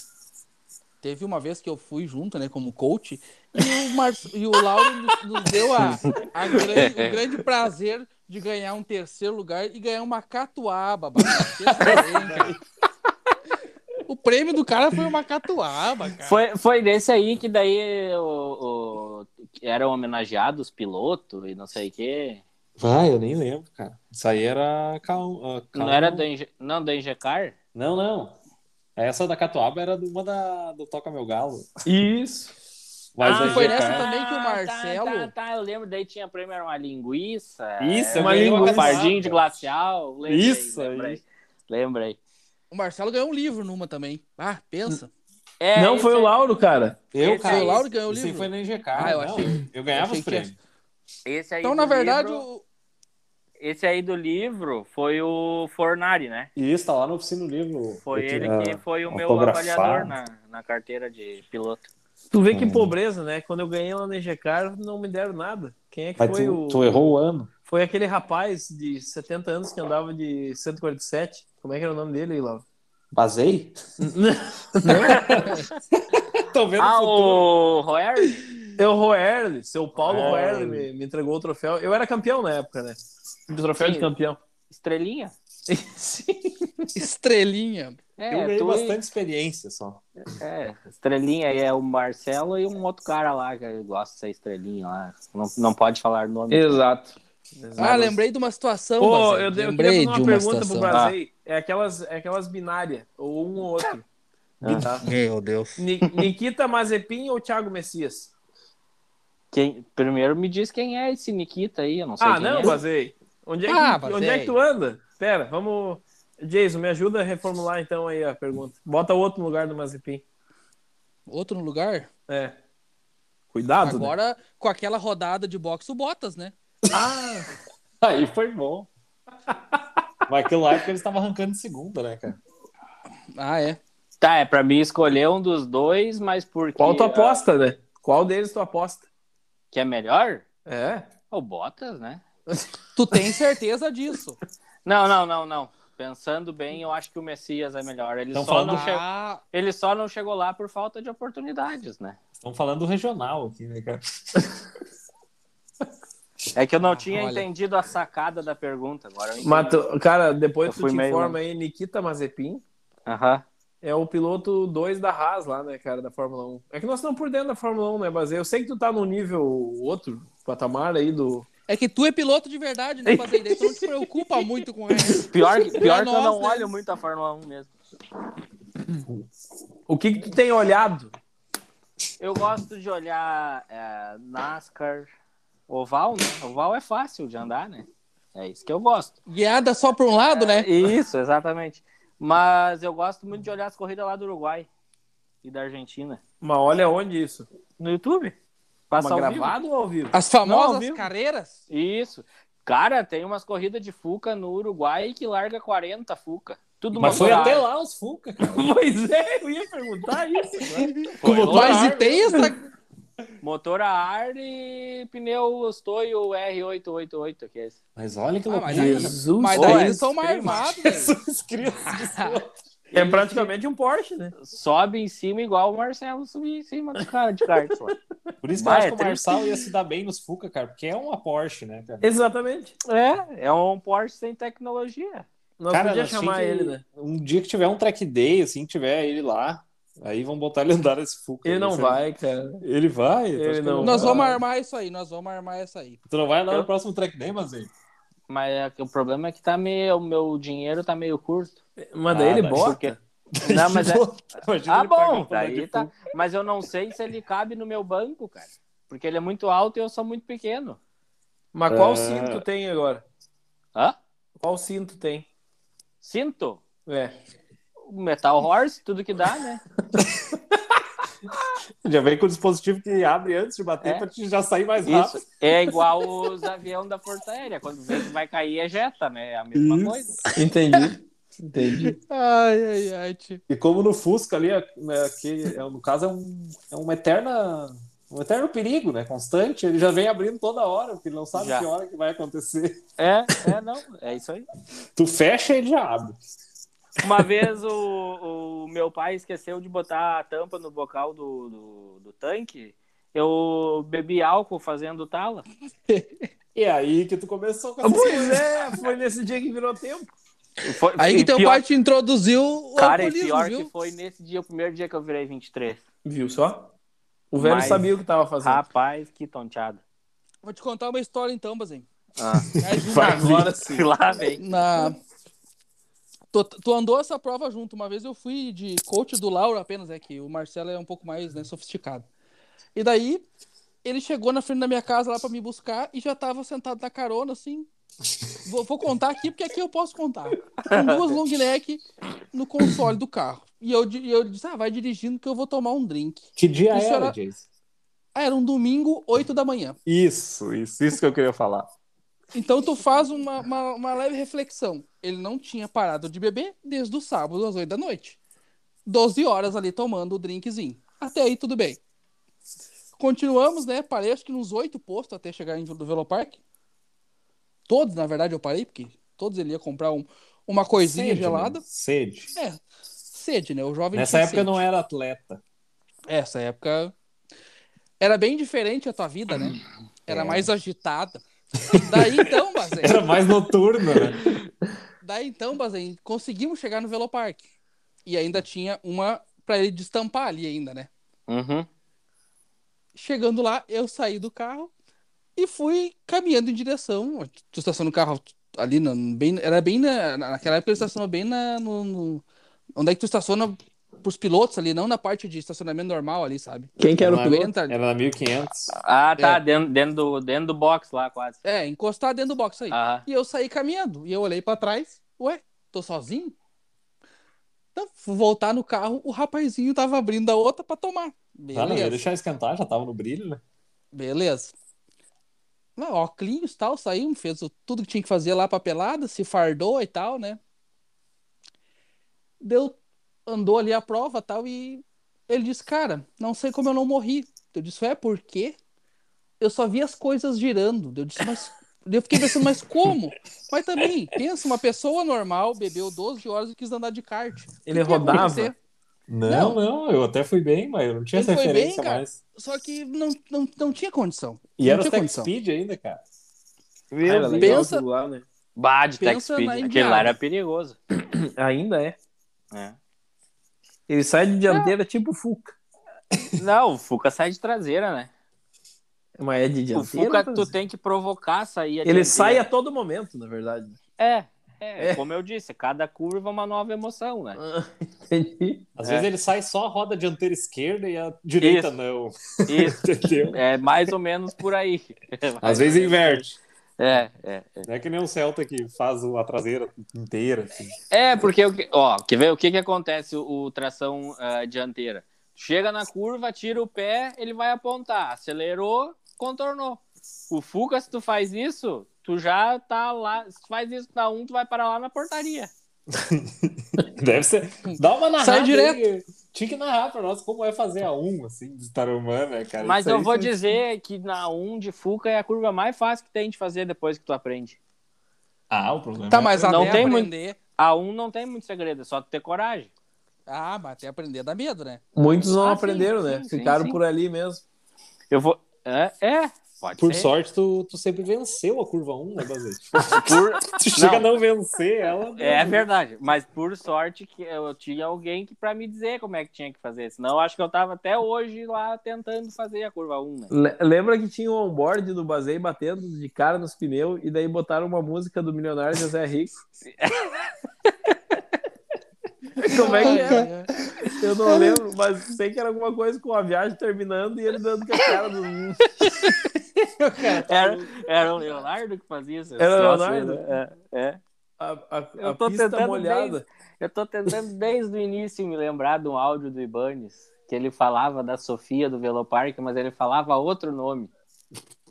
A: Teve uma vez que eu fui junto, né, como coach, e o, Mar... e o Lauro nos, nos deu a, a grande- o grande prazer de ganhar um terceiro lugar e ganhar uma catuaba. Babi. Pensa bem, cara. O prêmio do cara foi uma catuaba, cara.
D: Foi, foi desse aí que daí o, o eram homenageados piloto e não sei o quê.
B: Ah, eu nem lembro, cara. Isso aí era. Cal... ah, Cal-
D: Não era da Inge... não da Ingecar?
B: Não, não. Essa da Catuaba era uma da... do Toca Meu Galo.
C: Isso.
B: Mas
A: Ah,
B: a
A: foi
B: GK
A: nessa também que o
D: tá,
A: Marcelo-
D: Tá, tá, eu lembro, daí tinha prêmio, era uma linguiça.
B: Isso,
D: era
C: é uma
D: um
C: linguiça. é
D: fardinho de glacial. Lembrei,
B: Isso aí.
D: lembrei. Lembrei.
A: O Marcelo ganhou um livro numa também. Ah, pensa.
D: É,
C: não,
D: isso
C: foi o
D: aí.
C: Lauro, cara.
B: Eu,
D: Esse
B: cara.
D: aí. O
A: Lauro ganhou o
B: isso
A: livro?
B: aí foi na NGK.
A: Ah, eu
B: não,
A: achei-
B: eu- eu ganhava
A: achei
B: os
A: que
B: prêmios.
D: Esse aí
A: Então,
D: do
A: na verdade,
D: livro-
A: o-
D: Esse aí do livro foi o Fornari, né?
B: E isso, tá lá na oficina do livro. né?
D: Foi
B: Eu
D: ele
B: tinha-
D: que foi o meu
B: autografado.
D: avaliador na, na carteira de piloto.
C: Tu vê
B: Hum.
C: que pobreza, né? Quando eu ganhei lá na EGCAR, não me deram nada. Quem é que
B: Mas
C: foi
B: tu,
C: o.
B: tu errou o ano.
C: Foi aquele rapaz de 70 anos que andava de 147. Como é que era o nome dele, Lauro?
B: Basei? Tô vendo
D: Ah,
B: o futuro.
D: o Roer?
C: É o Roerle, seu Paulo
B: Ah.
C: Roerle me, me entregou o troféu. Eu era campeão na época, né? O troféu de
D: Sim.
C: campeão.
D: Estrelinha?
C: Sim.
A: Estrelinha.
D: É,
B: eu ganhei
D: tu e-
B: bastante experiência só.
D: É, estrelinha aí é o Marcelo e um outro cara lá que gosta dessa estrelinha lá. Não, não pode falar nome.
C: Exato.
A: Ah, lembrei de uma situação.
C: Pô,
A: Bazei.
C: eu, eu queria
A: lembrei
C: fazer
A: de
C: uma,
A: uma
C: pergunta
A: situação.
C: pro Brasil. É, aquelas, é aquelas binárias, ou um ou outro. Tá?
A: Meu Deus.
C: Ni- Nikita Mazepin ou Thiago Messias?
D: Quem, primeiro me diz quem é esse Nikita aí, eu não sei
C: Ah,
D: quem
C: não,
D: é.
C: Bazei. Onde, é que-
A: Ah, Bazei.
C: onde é que tu anda? Pera, vamos. Jason, me ajuda a reformular então aí a pergunta. Bota outro no lugar do Mazepin.
A: Outro no lugar?
C: É. Cuidado, né?
A: Agora, com aquela rodada de boxe, o Bottas, né?
C: Ah,
B: Aí foi bom. Mas aquilo lá é porque eles estavam arrancando de segunda, né, cara?
A: Ah, é.
D: Tá, é pra mim escolher um dos dois, mas porque.
C: qual tu
D: ah,
C: aposta, né? Qual deles tu aposta?
D: Que é melhor?
C: É.
D: O Bottas, né?
A: Tu tem certeza disso.
D: Não, não, não, não. Pensando bem, eu acho que o Messias é melhor. Ele,
B: Tão
D: só
B: falando
D: não,
B: do
D: chegou,
A: Ah,
D: ele só não chegou lá por falta de oportunidades, né?
B: Estão falando do regional aqui, né, cara?
D: É que eu não
A: Ah,
D: tinha
A: olha.
D: entendido a sacada da pergunta. Agora eu entendi.
C: Mas tu- cara, depois
D: Eu
C: tu
D: fui
C: te
D: meio-
C: informa aí, Nikita Mazepin
D: Aham.
C: é o piloto 2 da Haas lá, né, cara, da Fórmula 1. É que nós estamos por dentro da Fórmula 1, né, Bazei? Eu sei que tu tá num nível outro, patamar aí do...
A: é que tu é piloto de verdade, né, Bazei? Daí tu não te preocupa muito com ele.
D: Pior,
C: é
D: que- pior que eu
A: nós,
D: não
A: né?
D: olho muito a Fórmula 1 mesmo.
C: O que que tu tem olhado?
D: Eu gosto de olhar é, NASCAR, oval, né? Oval é fácil de andar, né? É isso que eu gosto. É
A: Guiada só pra um lado, né?
D: Isso, exatamente. Mas eu gosto muito de olhar as corridas lá do Uruguai e da Argentina.
C: Mas olha onde isso.
D: No YouTube?
C: Mas
D: Passa ao vivo.
C: gravado ou ao vivo?
A: As
C: Não,
A: famosas
C: viu?
A: carreiras.
D: Isso. Cara, tem umas corridas de Fuca no Uruguai que larga 40 Fuca. Tudo
B: Mas foi
D: motorado.
B: até lá os Fuca, cara.
C: Pois é, eu ia perguntar isso.
B: Foi
D: motor
B: lá.
A: Mas e tem essa.
D: Motor a ar e pneu estoio R888, que é esse.
B: Mas olha que
A: Ah,
B: loucura.
A: mas aí,
C: Jesus,
A: mas daí
D: olha,
A: eles são mais
D: extrema.
A: armados. velho.
B: Jesus Cristo.
C: É praticamente um Porsche, né?
D: Sobe em cima igual o Marcelo subir em cima do cara de kart. lá.
B: Por isso que
D: Vai,
B: eu acho que o Marçal ia se dar bem nos Fuca, cara, porque é uma Porsche, né, cara?
C: Exatamente.
D: é, é um Porsche sem tecnologia.
C: Nós
B: cara,
C: podíamos
B: nós tinha
C: chamar
B: que-
C: ele, né?
B: Um dia que tiver um track day, assim, tiver ele lá, aí vão botar ele andar nesse Fuca.
C: Ele não
B: Esse-
C: vai, cara.
B: Ele vai? Eu
C: Ele
B: acho que
C: não
A: Nós
C: vai.
A: vamos armar isso aí, nós vamos armar isso aí.
B: Tu não vai lá no próximo track day, mas aí.
D: Mas é que o problema é que tá meio, o meu dinheiro tá meio curto.
C: Mas daí
B: Ah,
C: ele
B: mas
C: bota.
D: porque- Não, mas é-
B: Imagina
D: Ah,
B: ele um pagando
D: bom,
B: pra andar de
D: daí tá.
B: Fuca.
D: Mas eu não sei se ele cabe no meu banco, cara. Porque ele é muito alto e eu sou muito pequeno.
C: Mas qual
B: É.
C: cinto tem agora?
D: Hã?
C: Qual cinto tem?
D: Sinto.
C: É.
D: Metal Horse, tudo que dá, né?
B: Já vem com o dispositivo que abre antes de bater
D: É.
B: pra te já sair mais rápido.
D: Isso. É igual os aviões da Força Aérea. Quando vê que vai cair, ejeta, né? É a mesma
B: Isso.
D: coisa.
C: Entendi. Entendi.
A: Ai, ai, ai, tio.
B: E como no Fusca ali, é- né, que é- no caso é, um, é uma eterna, um eterno perigo, né? Constante. Ele já vem abrindo toda hora, porque ele não sabe
D: Já.
B: que hora que vai acontecer.
D: É, é, não. É isso aí.
B: Tu fecha ele já abre.
D: Uma vez o, o meu pai esqueceu de botar a tampa no bocal do, do, do tanque. Eu bebi álcool fazendo tala.
B: E é aí que tu começou com essa...
C: Ah, Pois é, foi nesse dia que virou tempo.
D: Foi,
A: Aí
D: e
A: que teu
D: pior-
A: pai te introduziu o
D: Cara, e
A: alcoolismo,
D: pior
A: viu?
D: Tá que foi nesse dia, o primeiro dia que eu virei 23.
C: Viu só? O velho
D: Mas-
C: sabia o que tava fazendo.
D: Rapaz, que tonteada.
A: Vou te contar uma história então, Bazen.
D: Ah,
A: Mais uma.
C: Vai, agora sim.
D: se lá, velho.
A: Na... Tu, tu andou essa prova junto. Uma vez eu fui de coach do Lauro apenas, é que o Marcelo é um pouco mais né, sofisticado. E daí, ele chegou na frente da minha casa lá pra me buscar e já tava sentado na carona, assim. Vou, vou contar aqui, porque aqui eu posso contar. Com duas long neck no console do carro. E eu, di- e eu disse, ah, vai dirigindo que eu vou tomar um drink.
B: Que dia é?
A: Isso
B: era,
A: era-
B: Jason?
A: Ah, era um domingo, 8 da manhã.
B: Isso, isso, isso que eu queria falar.
A: Então tu faz uma, uma, uma leve reflexão. Ele não tinha parado de beber desde o sábado às 8 da noite. 12 horas ali tomando o drinkzinho. Até aí tudo bem. Continuamos, né? Parei acho que nos oito postos até chegar em do Velopark. Todos, na verdade, eu parei, porque todos ele ia comprar um- uma coisinha
B: Sede, né?
A: gelada.
B: Sede.
A: É, sede, né? O jovem
B: Nessa
A: tinha
B: época eu
A: sede.
B: não é. era atleta.
A: Essa época era bem diferente a tua vida, né? Era
B: É.
A: mais agitada. Daí então, Bazé.
B: Era mais noturno, né?
A: Daí então, Bazen, conseguimos chegar no Velopark. E ainda tinha uma pra ele destampar ali ainda, né?
D: Uhum.
A: Chegando lá, eu saí do carro e fui caminhando em direção. Tu estaciona o carro ali, na, bem, era bem na, na- naquela época ele estacionou bem na, no, no- onde é que tu estaciona pros pilotos ali, não na parte de estacionamento normal ali, sabe?
C: Quem que era o
B: Não
C: piloto?
A: Entra,
B: Era na 1500.
D: Ah, tá,
A: É.
D: dentro, dentro, do, dentro do box lá, quase.
A: é, encostar dentro do box aí.
D: Ah,
A: E eu saí caminhando. E eu olhei pra trás, ué, tô sozinho? Então, fui voltar no carro, o rapazinho tava abrindo a outra pra tomar.
B: Ah, não, ia
A: Beleza.
B: deixar esquentar, já tava no brilho, né?
A: Beleza. Não, óculos e tal, saímos, fez o- tudo que tinha que fazer lá pra pelada, se fardou e tal, né? Deu, andou ali a prova tal, e ele disse, cara, não sei como eu não morri. Eu disse, é, por quê? Eu só vi as coisas girando. Eu disse, mas. Eu fiquei pensando, mas como? Mas também, pensa, uma pessoa normal bebeu 12 horas e quis andar de kart. O que
C: Ele
A: que ia
C: rodava?
A: acontecer?
B: Não, não, eu até fui bem, mas eu não tinha
A: Ele
B: essa
A: foi bem,
B: referência
A: cara.
B: mais.
A: Só que não, não, não tinha condição.
B: E
A: Não
B: era o
A: tinha
B: Tech
A: condição.
B: Speed ainda, cara.
C: Ah, era
A: Deus.
C: legal
A: Pensa-
C: aquilo lá, né?
D: bah, de Tech
A: Pensa na
D: Speed. tá Aquele
A: Indiana.
D: lá era perigoso.
C: Ainda é.
D: né?
C: Ele sai de dianteira tipo Fuca.
D: Não, o Fuca sai de traseira, né?
C: Mas é de
D: O
C: dianteira.
D: Fuca,
C: mas-
D: tu tem que provocar sair.
C: Ele sai a todo momento, na verdade.
D: É, é,
C: É.
D: como eu disse, cada curva é uma nova emoção, né?
C: Entendi.
B: Às
D: É.
B: vezes ele sai só a roda dianteira esquerda e a direita
D: Isso.
B: não,
D: Isso,
B: entendeu?
D: é mais ou menos por aí.
B: Às vezes inverte.
D: É, é.
B: Não é que nem o Celta que faz o- a traseira inteira. assim.
D: É, porque, o que- ó, quer ver o que que acontece o, o tração ah, dianteira? Chega na curva, tira o pé, ele vai apontar. Acelerou, contornou. O Fuca, se tu faz isso, tu já tá lá. Se tu faz isso na 1, tu vai parar lá na portaria.
B: Deve ser. Dá uma narrada.
A: Sai direto.
B: aí. Tinha que narrar pra nós como é fazer a 1, assim, de Tarumã, né, cara?
D: Mas
B: Isso aí
D: eu vou
B: foi-
D: dizer que na 1 de Fuca é a curva mais fácil que tem de fazer depois que tu aprende.
B: Ah, o problema
A: Tá,
B: é-
A: mas
D: Não
A: até
D: tem muito-
A: aprender.
D: A 1 não tem muito segredo, é só tu ter coragem.
A: Ah, mas até aprender dá medo, né?
C: Muitos não
D: Ah, sim,
C: aprenderam, né?
D: sim, sim,
C: Ficaram
D: sim.
C: por ali mesmo.
D: Eu vou. É, é pode
B: Por
D: ser.
B: sorte, tu, tu sempre venceu a curva 1, né, Bazete?
D: Por-
B: Tu chega a não vencer ela.
D: É verdade, mas por sorte que eu tinha alguém que para me dizer como é que tinha que fazer, senão eu acho que eu tava até hoje lá tentando fazer a curva 1, né?
C: Le- lembra que tinha um onboard do Bazei batendo de cara nos pneus e daí botaram uma música do milionário José Rico. Como é que era? Eu não lembro, mas sei que era alguma coisa com a viagem terminando e ele dando com a cara do.
D: Era, era o Leonardo que fazia isso.
C: um Era o
D: Nossa,
C: Leonardo?
D: É, é.
C: A, a,
D: Eu
C: a
D: tô
C: pista
D: tentando
C: molhada.
D: Eu tô tentando desde o início me lembrar de um áudio do Ibanez, que ele falava da Sofia do Veloparque, mas ele falava outro nome.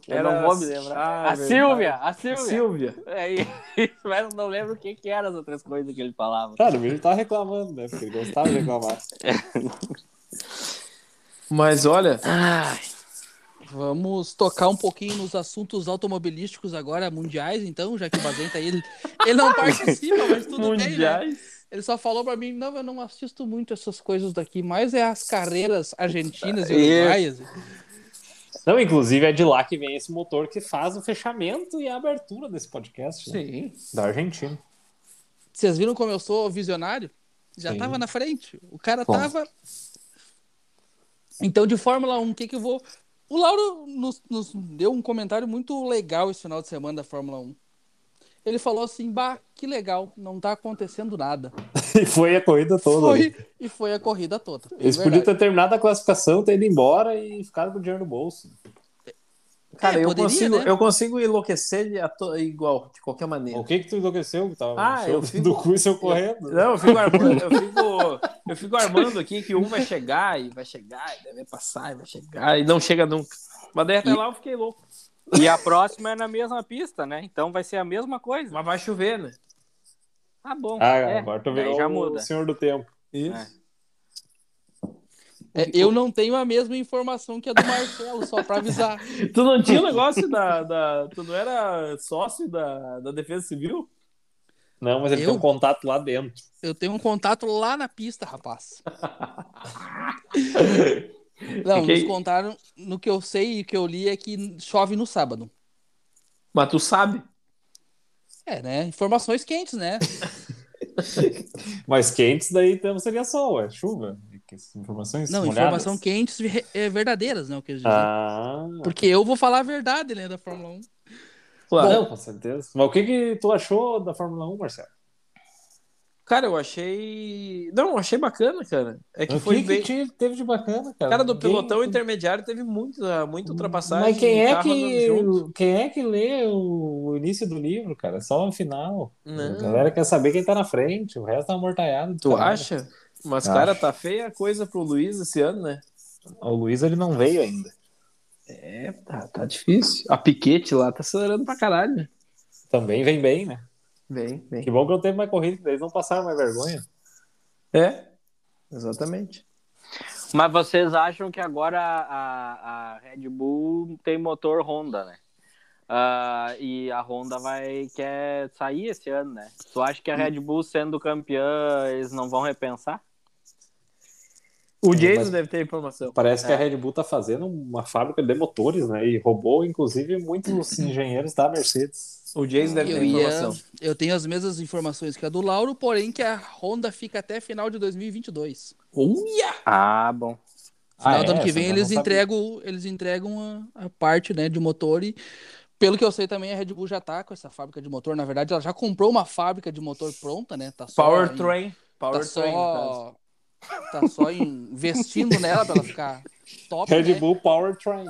D: Eu
C: Era
D: não vou
C: a-
D: me lembrar.
C: Ah,
D: a
C: verdade.
D: Silvia, a Silvia.
C: Silvia.
D: É isso, mas eu não lembro o que que eram as outras coisas que ele falava.
B: Cara, ele tava reclamando, né? Porque ele gostava de reclamar.
C: Mas olha,
D: Ah,
A: Vamos tocar um pouquinho nos assuntos automobilísticos agora, mundiais, então, já que o Bazen tá aí. Ele, ele não participa, mas tudo bem, né?
C: mundiais.
A: Ele só falou pra mim, não, eu não assisto muito essas coisas daqui, mas é as carreiras argentinas e
C: Isso.
A: uruguaias.
B: Não, inclusive é de lá que vem esse motor que faz o fechamento e a abertura desse podcast. né?
A: Sim.
B: Da Argentina.
A: Vocês viram como eu sou visionário? Já
B: Sim.
A: tava na frente. O cara
B: Bom.
A: tava Então, de Fórmula 1, o que, que eu vou. O Lauro nos, nos deu um comentário muito legal esse final de semana da Fórmula 1. Ele falou assim: Bah, que legal, não tá acontecendo nada.
B: E foi a corrida toda. né?
A: Foi, e foi a corrida toda. É
B: Eles
A: verdade.
B: podiam ter terminado a classificação, ter ido embora e ficado com o dinheiro no bolso.
C: Cara,
A: É,
C: eu,
A: poderia,
C: consigo,
A: né?
C: eu consigo enlouquecer de ato- igual, de qualquer maneira.
B: O que que tu enlouqueceu? Que tava
C: Ah,
B: no show
C: eu fico-
B: do cu e seu correndo.
C: Não, eu fico, armando, eu, fico, eu fico armando aqui que um vai chegar e vai chegar, e daí vai passar, e vai chegar, e não chega nunca. Mas daí até lá eu fiquei louco.
D: E a próxima é na mesma pista, né? Então vai ser a mesma coisa.
C: Mas vai chover, né?
D: Tá bom.
B: Ah,
D: é,
B: agora tu
D: daí
B: virou
D: já
B: o
D: muda.
B: senhor do tempo.
C: Isso.
A: É, eu não tenho a mesma informação que a do Marcelo, só pra avisar.
C: Tu não tinha o negócio da, da- Tu não era sócio da, da Defesa Civil?
B: Não, mas ele
A: Eu?
B: tem um contato lá dentro.
A: Eu tenho um contato lá na pista, rapaz. Não,
C: Fiquei-
A: nos contaram, no que eu sei e o que eu li é que chove no sábado.
C: Mas tu sabe.
A: É, né? Informações quentes, né?
B: Mas quentes daí então, seria sol, é chuva. Que- Informações
A: Não,
B: molhadas.
A: informação quentes ve- é, verdadeiras, né? Eu quero dizer.
B: Ah,
A: Porque eu vou falar a verdade, né, da Fórmula 1.
C: Claro.
B: não, com certeza. Mas o que que tu achou da Fórmula 1, Marcelo?
C: Cara, eu achei. Não, eu achei bacana, cara. É que
B: o
C: foi
B: que,
C: bem.
B: que te- teve de bacana, cara?
C: Cara, do
B: Ninguém-
C: pelotão intermediário teve muita, muita ultrapassagem.
B: Mas quem é
C: carro andando junto.
B: que quem é que lê o início do livro, cara? É Só o final.
C: Não.
B: A galera quer saber quem tá na frente, o resto tá amortalhado.
C: Tu
B: Cara,
C: acha? Mas,
B: Acho.
C: cara, tá feia a coisa pro Luiz esse ano, né?
B: O Luiz ele não veio ainda.
C: É, tá, tá difícil. A Piquete lá tá acelerando pra caralho. né?
B: Também vem bem, né?
C: Vem, vem.
B: Que bom que não teve mais corrida, que daí eles não passaram mais vergonha.
C: É, exatamente.
D: Mas vocês acham que agora a, a- a Red Bull tem motor Honda, né? Ah, e a Honda vai quer sair esse ano, né? Tu acha que a Red Bull sendo campeã, eles não vão repensar?
C: O
B: É,
C: Jason
B: mas-
C: deve ter informação.
B: Parece que a Red Bull tá fazendo uma fábrica de motores, né? E roubou, inclusive, muitos engenheiros da Mercedes.
C: O Jason deve
A: Eu,
C: ter
A: ia-
C: informação.
A: eu tenho as mesmas informações que a do Lauro, porém que a Honda fica até final de 2022.
C: Uia!
D: Ah, bom.
A: Final
B: Ah,
A: do ano
B: é?
A: que
B: Essa
A: vem
B: eu
A: eles
B: não sabia.
A: entregam, eles entregam a, a parte né, de motor e pelo que eu sei também a Red Bull já tá com essa fábrica de motor. Na verdade, ela já comprou uma fábrica de motor pronta, né? Tá só em-
C: Powertrain.
A: tá
C: Powertrain, no caso.
A: só, tá só investindo nela pra ela ficar top.
B: Red
A: né?
B: Bull Powertrain.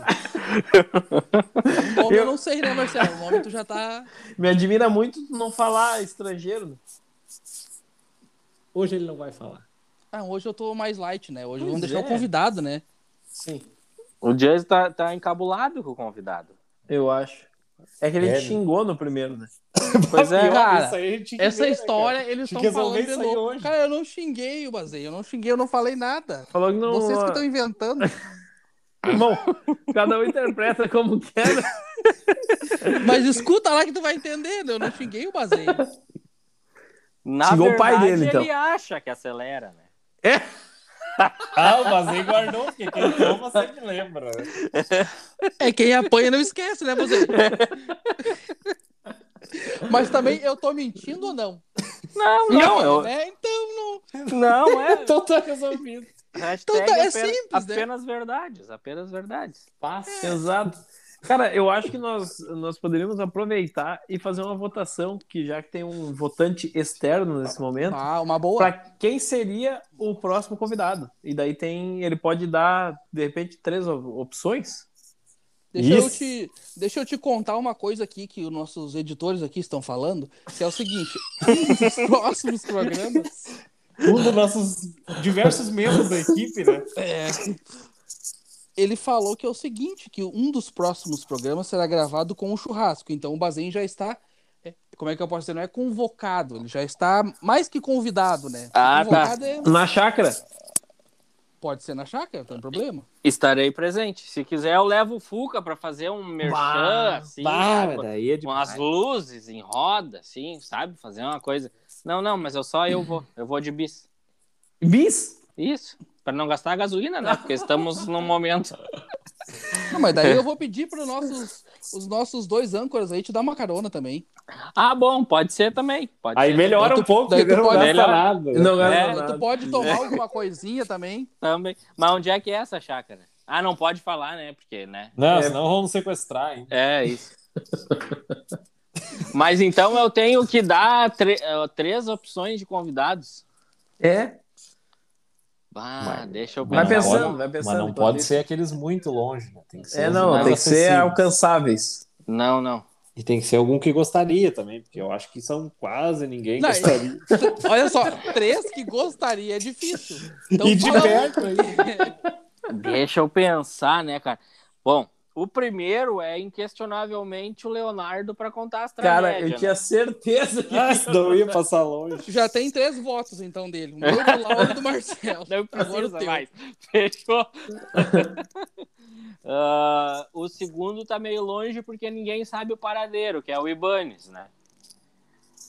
A: O nome eu não sei, né, Marcelo? O nome tu já tá.
C: Me admira muito tu não falar estrangeiro. né?
B: Hoje ele não vai falar.
A: Ah, hoje eu tô mais light, né? Hoje
C: Pois
A: vamos deixar
C: é.
A: o convidado, né?
C: Sim,
D: O Jason tá, tá encabulado com o convidado.
C: eu acho. É que ele
B: É,
C: te xingou no primeiro, né?
D: Pois é,
A: cara,
B: aí a gente tinha que
A: Essa
B: ver, né,
A: história,
B: cara?
A: eles
B: Tinha
A: estão
B: que
A: falando
B: resolver
A: de
B: isso aí
A: novo.
B: hoje.
A: Cara, eu não xinguei o Bazei, eu não xinguei, eu não falei nada.
C: Falou que não.
A: Vocês que estão inventando.
C: Irmão, cada um interpreta como quer. né?
A: Mas escuta lá que tu vai entender, né? eu não xinguei o Bazei.
D: Na
C: Xingou o pai
D: verdade,
C: dele, então.
D: ele acha que acelera, né?
B: Ah, o Bazei guardou, porque quem toma sempre lembra. né?
A: É quem apanha não esquece, né, Bazei? Mas também eu tô mentindo ou não?
D: Não, né? não,
A: É, então não.
D: não é.
B: Então tá resolvido.
D: Hashtag
A: Então tá- é
D: apenas,
A: simples, né?
D: apenas verdades, apenas verdades.
B: Passa.
C: Exato. Cara, eu acho que nós, nós poderíamos aproveitar e fazer uma votação, que já que tem um votante externo nesse momento,
A: Ah, uma boa.
C: para quem seria o próximo convidado. E daí tem, ele pode dar, de repente, três o- opções.
A: Deixa eu,
B: Isso.
A: te, deixa eu te contar uma coisa aqui que os nossos editores aqui estão falando, que é o seguinte: nos próximos programas
B: Um dos nossos diversos membros da equipe, né?
A: É, ele falou que é o seguinte, que um dos próximos programas será gravado com o churrasco. Então o Bazen já está, é, como é que eu posso dizer, não é convocado, ele já está mais que convidado, né?
D: Ah, tá.
A: convocado é-
C: Na chácara.
A: pode ser na chácara, não tem problema.
D: Estarei presente. Se quiser, eu levo o Fuca para fazer um merchan, assim, sabe?
B: daí é
D: com as luzes em roda, assim, sabe? Fazer uma coisa. Não, não, mas eu só eu vou, eu vou de bis.
C: Bis?
D: Isso, para não gastar gasolina, né? Porque estamos num momento
A: Não, mas daí eu vou pedir para nossos, os nossos dois âncoras aí te dar uma carona também.
D: Ah, bom, pode ser também. Pode
B: Aí
D: ser
B: melhora
A: Daí tu-
B: um pouco,
A: daí
B: porque
A: tu
B: não
A: pode
B: gasta
D: falar.
B: nada.
C: é Não gasta
D: É,
C: nada.
A: Tu pode tomar alguma coisinha também.
D: também. Mas onde é que é essa chácara? Ah, não pode falar, né? Porque, né?
B: Não,
C: É.
B: senão vão nos sequestrar, hein?
D: É isso. Mas então eu tenho que dar tre- eh, três opções de convidados.
C: É,
D: Ah,
B: Mas-
D: deixa eu
C: Vai
D: pensar.
C: pensando,
B: pode-
C: vai pensando,
B: Mas não
C: enquanto
B: pode
C: isso.
B: ser aqueles muito longe, né? Tem que ser
C: é
B: os
C: não,
B: mais
C: tem que ser
B: acessíveis.
C: alcançáveis.
D: Não, não.
B: E tem que ser algum que gostaria também, porque eu acho que são quase ninguém
A: Não,
B: gostaria.
A: Olha só, três que gostaria é difícil. Então,
B: E de
A: fala-
B: perto aí.
D: Deixa eu pensar, né, cara? Bom, o primeiro é inquestionavelmente o Leonardo para contar as
C: Cara,
D: tragédias.
C: eu tinha certeza que.
B: Ah, não ia passar longe.
A: Já tem três votos, então, dele. O meu, do Lauro e do Marcelo.
D: né? Não
A: Agora o
D: precisa
A: teu.
D: mais. Fechou. Ah, o segundo tá meio longe porque ninguém sabe o paradeiro, que é o Ibanes, né?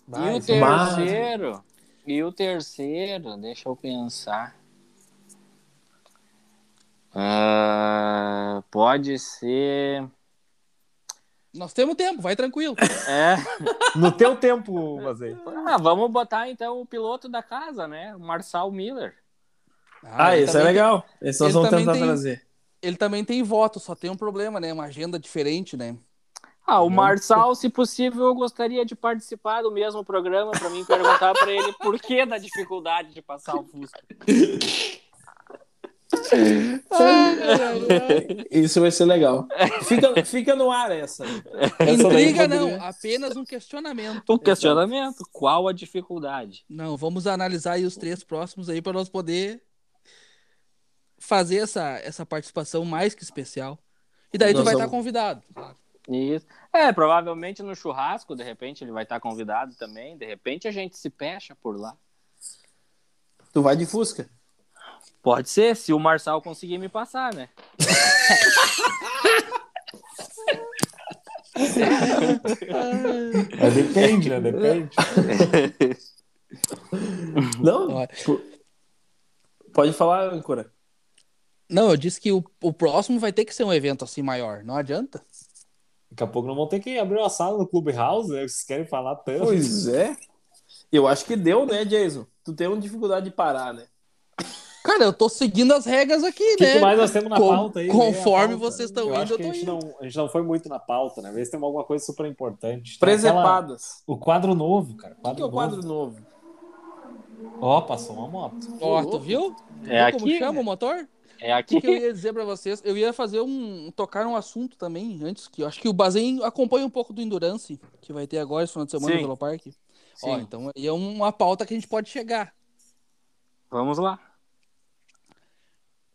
D: e o
C: mas-
D: terceiro. E o terceiro, deixa eu pensar. Ah, pode ser.
A: Nós temos tempo, vai tranquilo.
D: É.
B: No teu tempo, Mazei.
D: Ah, vamos botar então o piloto da casa, né? O Marçal Miller.
C: Ah,
A: ele
C: isso é
A: também
C: legal. Esse nós
A: ele
C: vamos
A: também
C: tentar
A: tem-
C: trazer.
A: tem- ele também tem voto, só tem um problema, né? Uma agenda diferente, né?
D: Ah, o Marçal, se possível, eu gostaria de participar do mesmo programa para mim perguntar para ele por que da dificuldade de passar o Fusca.
C: Isso vai ser legal. Fica, fica no ar essa.
A: Intriga não, apenas um questionamento.
D: O questionamento, qual a dificuldade?
A: Não, vamos analisar aí os três próximos aí para nós poder fazer essa, essa participação mais que especial. E daí tu
C: Nós
A: vai
C: vamos-
A: estar convidado.
D: Isso. É, provavelmente no churrasco, de repente, ele vai estar convidado também. De repente, a gente se pecha por lá.
C: Tu vai de Fusca.
D: Pode ser, se o Marçal conseguir me passar, né?
B: Mas depende, né? Depende.
C: Não? Tipo,
A: Ó,
C: Pode falar, âncora.
A: Não, eu disse que o, o próximo vai ter que ser um evento assim maior, não adianta.
B: Daqui a pouco não vão ter que abrir uma sala no Clubhouse, né? Vocês querem falar tanto.
C: Pois é. Eu acho que deu, né, Jason? Tu tem uma dificuldade de parar, né?
A: Cara, eu tô seguindo as regras aqui,
B: O que,
A: né?
B: que mais nós temos na
A: Com-
B: pauta aí?
A: conforme
B: Vê a pauta.
A: vocês estão
B: Eu acho
A: indo,
B: que
A: eu
B: a
A: tô
B: gente,
A: indo.
B: não, a gente não foi muito na pauta, né? Vê se tem alguma coisa super importante. Tem aquela-
C: Presepadas.
B: O quadro novo, cara.
C: O que, que é o quadro
B: Quadro novo.
C: novo?
B: Ó, passou uma moto.
A: Ó, tu viu?
D: É
A: Viu como
D: aqui.
A: chama o
D: né?
A: motor?
D: É
A: O que,
D: aqui.
A: que eu ia dizer pra vocês? Eu ia fazer um. tocar um assunto também antes, que eu acho que o Bazen acompanha um pouco do Endurance, que vai ter agora esse final de semana
D: Sim.
A: no Velopark. Ó,
D: Sim.
A: então aí é uma pauta que a gente pode chegar.
D: Vamos
A: O
D: lá.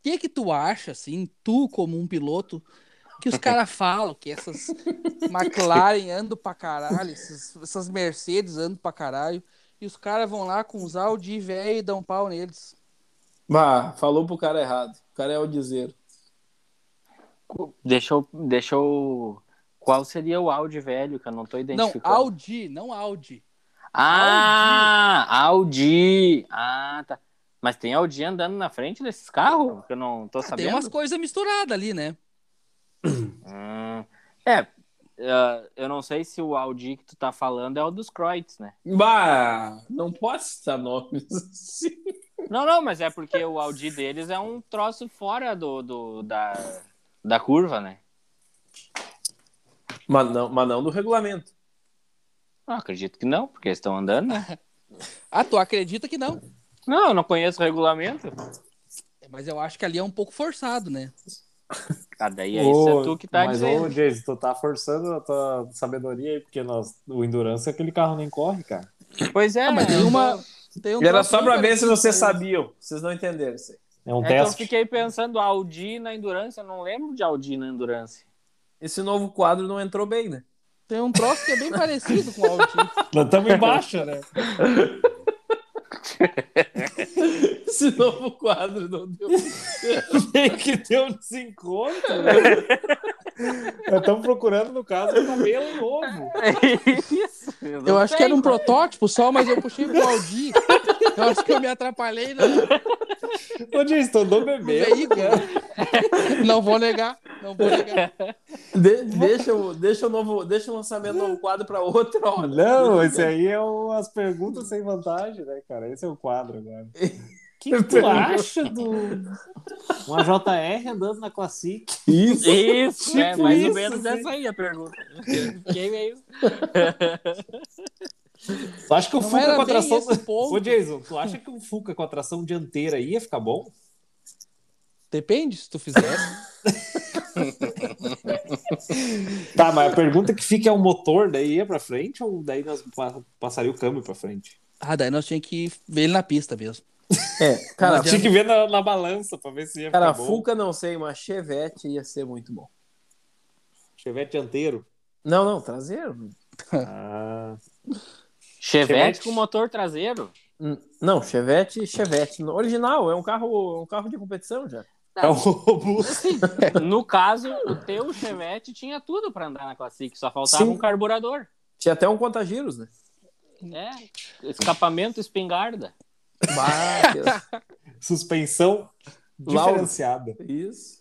A: que que tu acha, assim, tu como um piloto, que os caras falam que essas McLaren andam pra caralho, esses- essas Mercedes andam pra caralho, e os caras vão lá com os Audi velho e dão um pau neles.
C: Bah, falou pro cara errado. O cara é o dizer.
D: Deixa eu, deixa eu. Qual seria o Audi velho que eu não tô
A: Não,
D: identificando?
A: Audi, não Audi.
D: Ah, Audi. Ah, tá. Mas tem Audi andando na frente desses carros? Que eu não tô
A: Tem
D: sabendo.
A: umas coisas misturadas ali, né?
D: Hum. É, ah, eu não sei se o Audi que tu tá falando é o dos Croits, né?
C: Bah, não posso citar nomes. assim.
D: Não, não, mas é porque o Audi deles é um troço fora do, do- da, da curva, né?
C: mas, não, mas não do regulamento.
D: Não, acredito que não, porque eles estão andando, né?
A: Ah, tu acredita que não?
D: Não, eu não conheço o regulamento.
A: Mas eu acho que ali é um pouco forçado, né?
D: Ah, daí é isso é tu que tá
B: mas,
D: dizendo.
B: Ô, Jason, tu tá forçando a tua sabedoria aí, porque nós, o Endurance é aquele carro nem corre, cara.
D: Pois é,
A: Ah, mas
D: né?
A: tem uma. Tem um
C: Era
A: troço
C: só pra
A: bem
C: ver se
A: parecido
C: vocês
A: com isso.
C: sabiam. Vocês não entenderam isso aí.
B: É um
D: É que eu
B: teste.
D: fiquei pensando Audi na Endurance, eu não lembro de Audi na Endurance.
C: Esse novo quadro não entrou bem, né?
A: Tem um troço que é bem parecido com o Audi.
B: Nós estamos embaixo, né?
C: Esse novo quadro não deu.
B: Tem que ter um desencontro. Né? Nós estamos procurando, no caso, um cabelo novo.
D: Isso. não
A: Eu acho que
D: sei.
A: era um protótipo só, mas eu puxei pro Audi. Eu acho que eu me atrapalhei no, no
B: Ô, Jason, tu andou bebendo.
A: veículo. Não vou negar. Não vou
C: É,
A: negar.
C: De- deixa, o, deixa, o novo, deixa o lançamento do novo quadro pra outra hora.
B: Não, esse aí é o- as perguntas sem vantagem, né, cara? Esse é o quadro agora. O que, que tu acha do. Uma JR andando na Classic?
C: Isso.
D: Isso, é
B: Tipo
D: mais ou
B: isso,
D: menos
B: assim.
D: essa aí a pergunta. Quem é isso?
B: Tu acha que o
A: Não
B: Fuca
A: era
B: com a
A: bem
B: tração.
A: esse ponto.
B: Ô, Jason, tu acha que um Fuca com a tração dianteira ia ficar bom?
A: Depende se tu fizer.
B: Tá, mas a pergunta que fica é o motor daí ia pra frente ou daí nós pa- passaria o câmbio pra frente?
A: Ah, daí nós tínhamos que ver ele na pista mesmo.
C: É, cara,
B: Tinha que ver na, na balança pra ver se ia
C: cara
B: ficar bom.
C: Fuca não sei, mas Chevette ia ser muito bom.
B: Chevette dianteiro.
C: Não, não, traseiro.
B: Ah,
D: Chevette
B: Chevette.
D: com motor traseiro?
C: Hum, Não, Chevette, Chevette. No- Original, é um carro, é um carro de competição já.
B: é um robusto.
D: Assim, no caso, o teu Chevette tinha tudo pra andar na Classic, só faltava
C: Sim.
D: um carburador.
C: Tinha até um contagiros, né?
D: É, escapamento espingarda.
B: Suspensão
C: Lauro.
B: diferenciada.
C: Isso.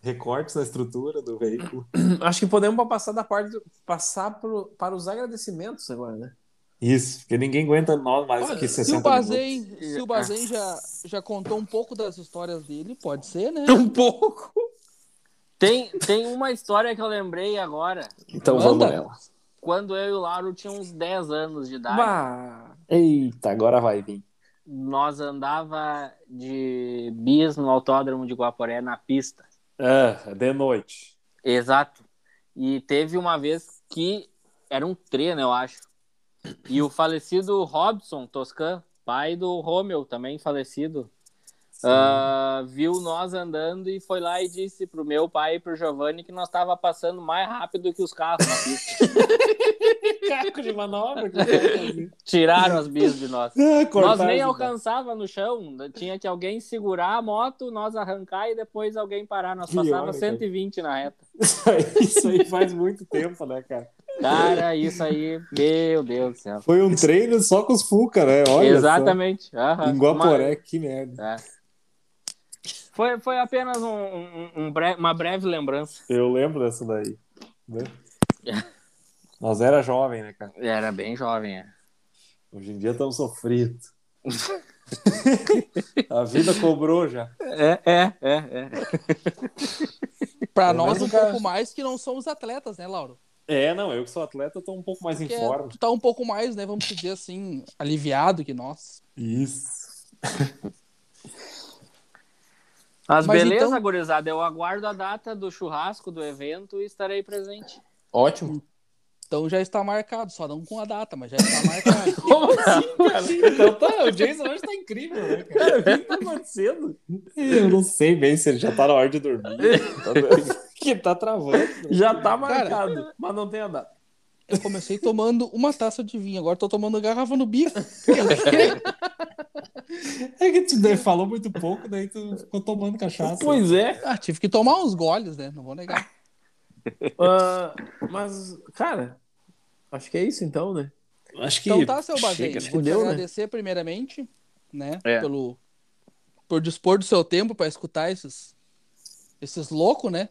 B: Recortes na estrutura do veículo.
C: Acho que podemos passar da parte do- passar pro, para os agradecimentos agora, né?
B: Isso, porque ninguém aguenta nós mais
A: Olha,
B: que
A: se o
B: 60 minutos.
A: Bazen, se o Bazen já, já contou um pouco das histórias dele, pode ser, né?
C: Um pouco.
D: Tem, tem uma história que eu lembrei agora,
C: Então
A: vamos
C: vamos
A: Manda.
C: nela.
D: quando eu e o Lauro tínhamos uns 10 anos de idade.
C: Bah.
B: Eita, agora vai vir.
D: Nós andava de bis no autódromo de Guaporé na pista.
B: Ah, de noite.
D: Exato. E teve uma vez que era um treino, eu acho. E o falecido Robson Toscan, pai do Romeu, também falecido, ah, viu nós andando e foi lá e disse pro meu pai e pro Giovanni que nós tava passando mais rápido que os carros na pista.
B: Caco de manobra. que eu
D: Tiraram as bis de nós.
B: vou fazer.
D: nós nem alcançava no chão, né? tinha que alguém segurar a moto, nós arrancar e depois alguém parar. Nós
B: Que hora,
D: passávamos
B: cara.
D: 120 na reta.
B: Isso aí- É Isso aí faz muito tempo, né, cara?
D: Cara, isso aí, meu Deus do céu.
B: Foi um treino só com os Fuca, né? Olha só.
D: Exatamente. aham.
B: Em Guaporé, que merda.
D: Uma- é. Foi, foi apenas um- um- um bre- uma breve lembrança.
B: Eu lembro dessa daí. né? Nós era jovem, né, cara?
D: Era bem jovem, é.
B: Hoje em dia estamos sofridos. A vida cobrou já.
D: É, é, é.
A: Pra
B: Pelo
A: nós
B: menos
A: um
B: o cara-
A: pouco mais que não somos atletas, né, Lauro?
B: É, não, eu que sou atleta tô um pouco mais em
A: Porque
B: forma.
A: tu tá um pouco mais, né, vamos dizer assim, aliviado que nós.
B: Isso.
D: Mas,
A: Mas
D: beleza,
A: então-
D: gurizada. Eu aguardo a data do churrasco, do evento e estarei presente.
C: Ótimo.
A: Então já está marcado, só não com a data, mas já está marcado.
C: Como assim, cara?
B: Então tá, o Jason hoje tá incrível, né, cara?
C: Cara, o que que tá acontecendo?
B: Eu não sei bem se ele já tá na hora de dormir. que tá travando.
C: Já tá marcado, mas não tem a data.
A: Eu comecei tomando uma taça de vinho, agora tô tomando garrafa no bico.
B: É que tu de- falou muito pouco, daí tu ficou tomando cachaça.
C: Pois é.
A: Ah, tive que tomar uns goles, né? Não vou negar.
C: Ah, mas, cara, acho que é isso então, né?
B: Acho que.
A: Então tá, seu Bazen.
B: chega, né?
A: Vou te
C: Deu, né?
A: agradecer primeiramente, né?
D: É.
A: Pelo, por dispor do seu tempo para escutar esses, esses loucos, né?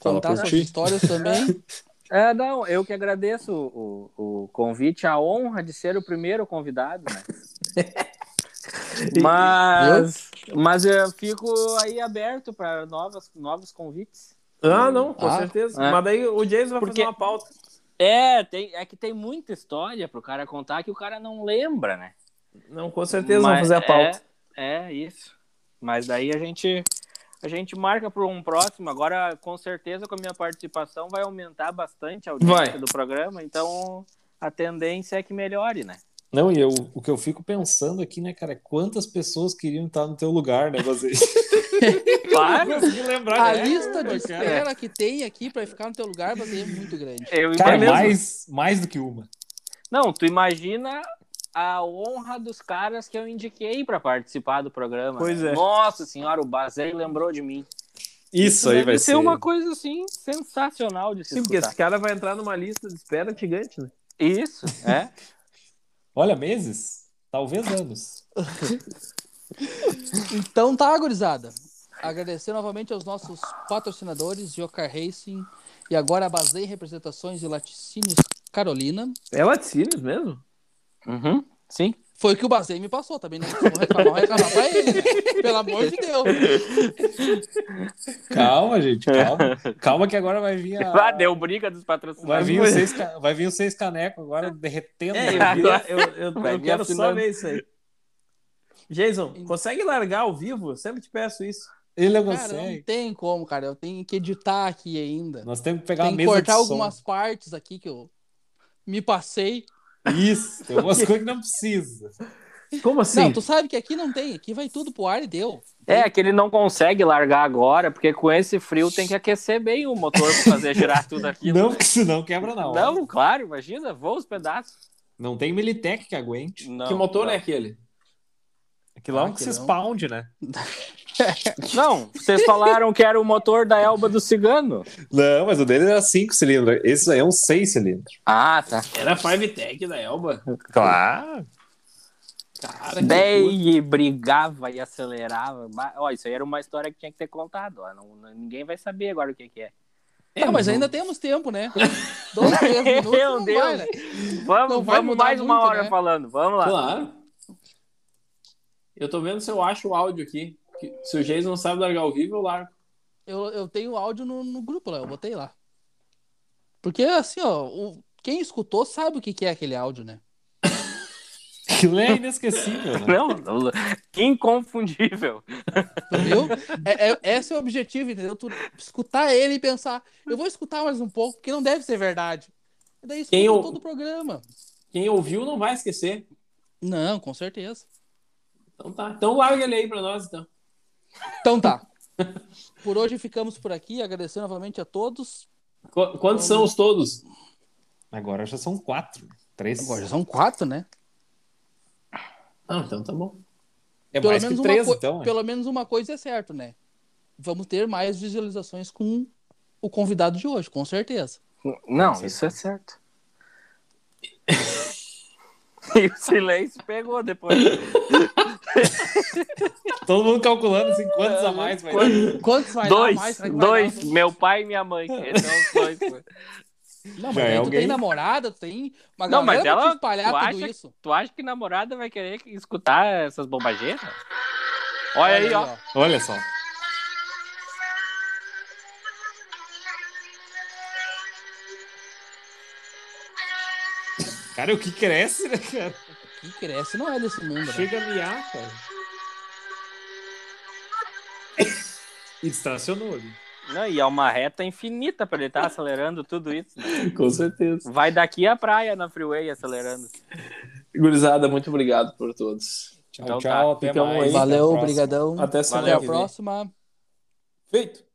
C: Fala
A: Contar
C: por
A: suas
C: ti.
A: histórias também.
D: É, não, eu que agradeço o, o- o convite, a honra de ser o primeiro convidado, né?
B: Ah,
D: mas, mas eu fico aí aberto para novas, novos convites.
C: Ah, não, com
A: Ah,
C: certeza.
D: é.
C: Mas daí o Jason vai
D: Porque-
C: fazer uma pauta.
D: É, tem, é que tem muita história pro cara contar que o cara não lembra, né?
C: Não, com certeza vão
D: Mas-
C: fazer a pauta.
D: É, é isso. Mas daí a gente a gente marca para um próximo. Agora, com certeza, com a minha participação, vai aumentar bastante a audiência
C: Vai.
D: do programa. Então, a tendência é que melhore, né?
B: Não, e eu, o que eu fico pensando aqui, né, cara, é quantas pessoas queriam estar no teu lugar, né, você?
D: Claro,
B: consegui lembrar,
A: A
B: né?
A: lista de
B: Cara,
A: espera que tem aqui para ficar no teu lugar Bazen, é muito grande.
D: eu
B: Cara,
D: imagino-
B: mais, mais do que uma.
D: Não, tu imagina a honra dos caras que eu indiquei para participar do programa. né?
C: Pois é.
D: Nossa senhora, o Bazei lembrou de mim.
B: Isso
D: Deve ser uma coisa assim sensacional de se
C: Sim, porque
D: escutar.
C: esse cara vai entrar numa lista de espera gigante, né?
D: Isso, é.
B: Olha, meses? Talvez anos.
A: Então tá, gurizada. Agradecer novamente aos nossos patrocinadores, Jocar Racing e agora a Bazei Representações e Laticínios Carolina.
C: É laticínios mesmo?
D: Uhum, sim.
A: Foi o que o Bazei me passou também, né? Vou reclamar, vou reclamar pra ele. Pelo amor de Deus.
B: Calma, gente, calma. Calma que agora vai vir a...
D: Ah, deu briga dos
B: Vai
D: patrocinadores.
B: vir, os seis, ca- vai vir os seis canecos agora derretendo.
C: É, eu, queria- eu, eu- eu
D: Vai vir
C: quero só
D: afinando.
C: ver isso aí. Jason, consegue largar ao vivo? Eu sempre te peço isso.
B: Ele não
A: Cara, não
B: consegue.
A: tem como, cara. Eu tenho que editar aqui ainda.
B: Nós temos que pegar
A: Tem
B: uma
A: que
B: mesa
A: cortar
B: de
A: algumas partes aqui que eu me passei.
B: som. Isso, tem algumas coisas que não precisa.
C: Como assim?
A: Não, tu sabe que aqui não tem. Aqui vai tudo pro ar e deu.
D: É, que ele não consegue largar agora, porque com esse frio tem que aquecer bem o motor pra fazer girar tudo aquilo.
B: Não, porque senão quebra na hora.
D: Não, claro, imagina, voa os pedaços.
B: Não tem Militech que aguente.
D: Não,
C: que motor
D: não.
C: é aquele?
B: Aquilo é
A: Ah,
B: um que
A: aquilo
B: se
A: é um-
B: pound, né?
D: Não, vocês falaram que era o motor da Elba do Cigano.
B: Não, mas o dele era 5 cilindros. Esse aí é um 6 cilindros.
D: Ah, tá.
C: Era Five Tech da Elba.
B: Claro.
C: Cara, que loucura.
D: Daí brigava e acelerava. Mas, ó, isso aí era uma história que tinha que ter contado. ó. Não- não- ninguém vai saber agora o que, que é.
A: Ah, mas ainda temos tempo, né? Dois, três minutos.
D: Meu
A: não
D: Deus.
A: vai, né?
D: Vamos,
A: Não vai
D: vamos
A: mudar
D: mais uma
A: muito,
D: hora
A: né?
D: falando. Vamos lá.
C: Claro. Eu tô vendo se eu acho o áudio aqui. Que- Se o Jason sabe largar ao vivo, eu largo.
A: Eu, eu tenho áudio no, no grupo lá, eu botei lá. Porque assim, ó, o- quem escutou sabe o que, que é aquele áudio, né?
B: Aquilo é inesquecível, né?
D: Não, não, inconfundível.
A: Entendeu? É, é- esse é o objetivo, entendeu? Tu escutar ele e pensar, eu vou escutar mais um pouco, porque não deve ser verdade. E daí escuta
C: Quem eu-
A: todo o programa.
C: Quem ouviu não vai esquecer.
A: Não, com certeza.
C: Então tá. Então larga ele aí pra nós, então.
A: Então tá. Por hoje ficamos por aqui, agradecendo novamente a todos.
C: Qu- quantos são os todos?
B: Agora já são 4. 3.
A: Agora já são quatro, né?
C: Ah, então tá bom.
B: É mais que 3,
A: uma, coi-
B: então. né?
A: pelo menos uma coisa é certa, né? Vamos ter mais visualizações com o convidado de hoje, com certeza.
D: Não,
B: Sim.
D: isso é certo. E o silêncio pegou depois.
B: Todo mundo calculando assim, quantos a mais vai dar.
A: Quantos vai
D: dois,
A: dar mais? Será que vai
D: dois,
A: dar?
D: meu pai e minha mãe. Esses são os dois.
A: Não,
B: Já
A: mas
B: é
A: aí tu
B: alguém.
A: tem namorada, tu tem uma
D: Não, mas
A: galera pra
D: ela-
A: te espalhar
D: tu
A: tudo
D: acha
A: isso.
D: Tu acha que namorada vai querer escutar essas bombageiras? Olha aí, ó.
B: Olha só. Cara, o que cresce, né, cara?
A: Quem cresce não é desse mundo, né?
B: Chega a miar, cara. E distracionou ali.
D: Não, e é uma reta infinita pra ele estar acelerando tudo isso.
C: Com certeza.
D: Vai daqui à praia na freeway acelerando.
C: Gurizada, muito obrigado por todos.
B: Tchau,
D: Então
B: tchau.
D: tá.
B: Até
C: Ficamos
B: mais.
C: aí.
B: até a
A: Valeu,
B: próxima.
A: obrigadão.
C: Até semana
A: Até a
C: que vem.
A: próxima.
C: Feito.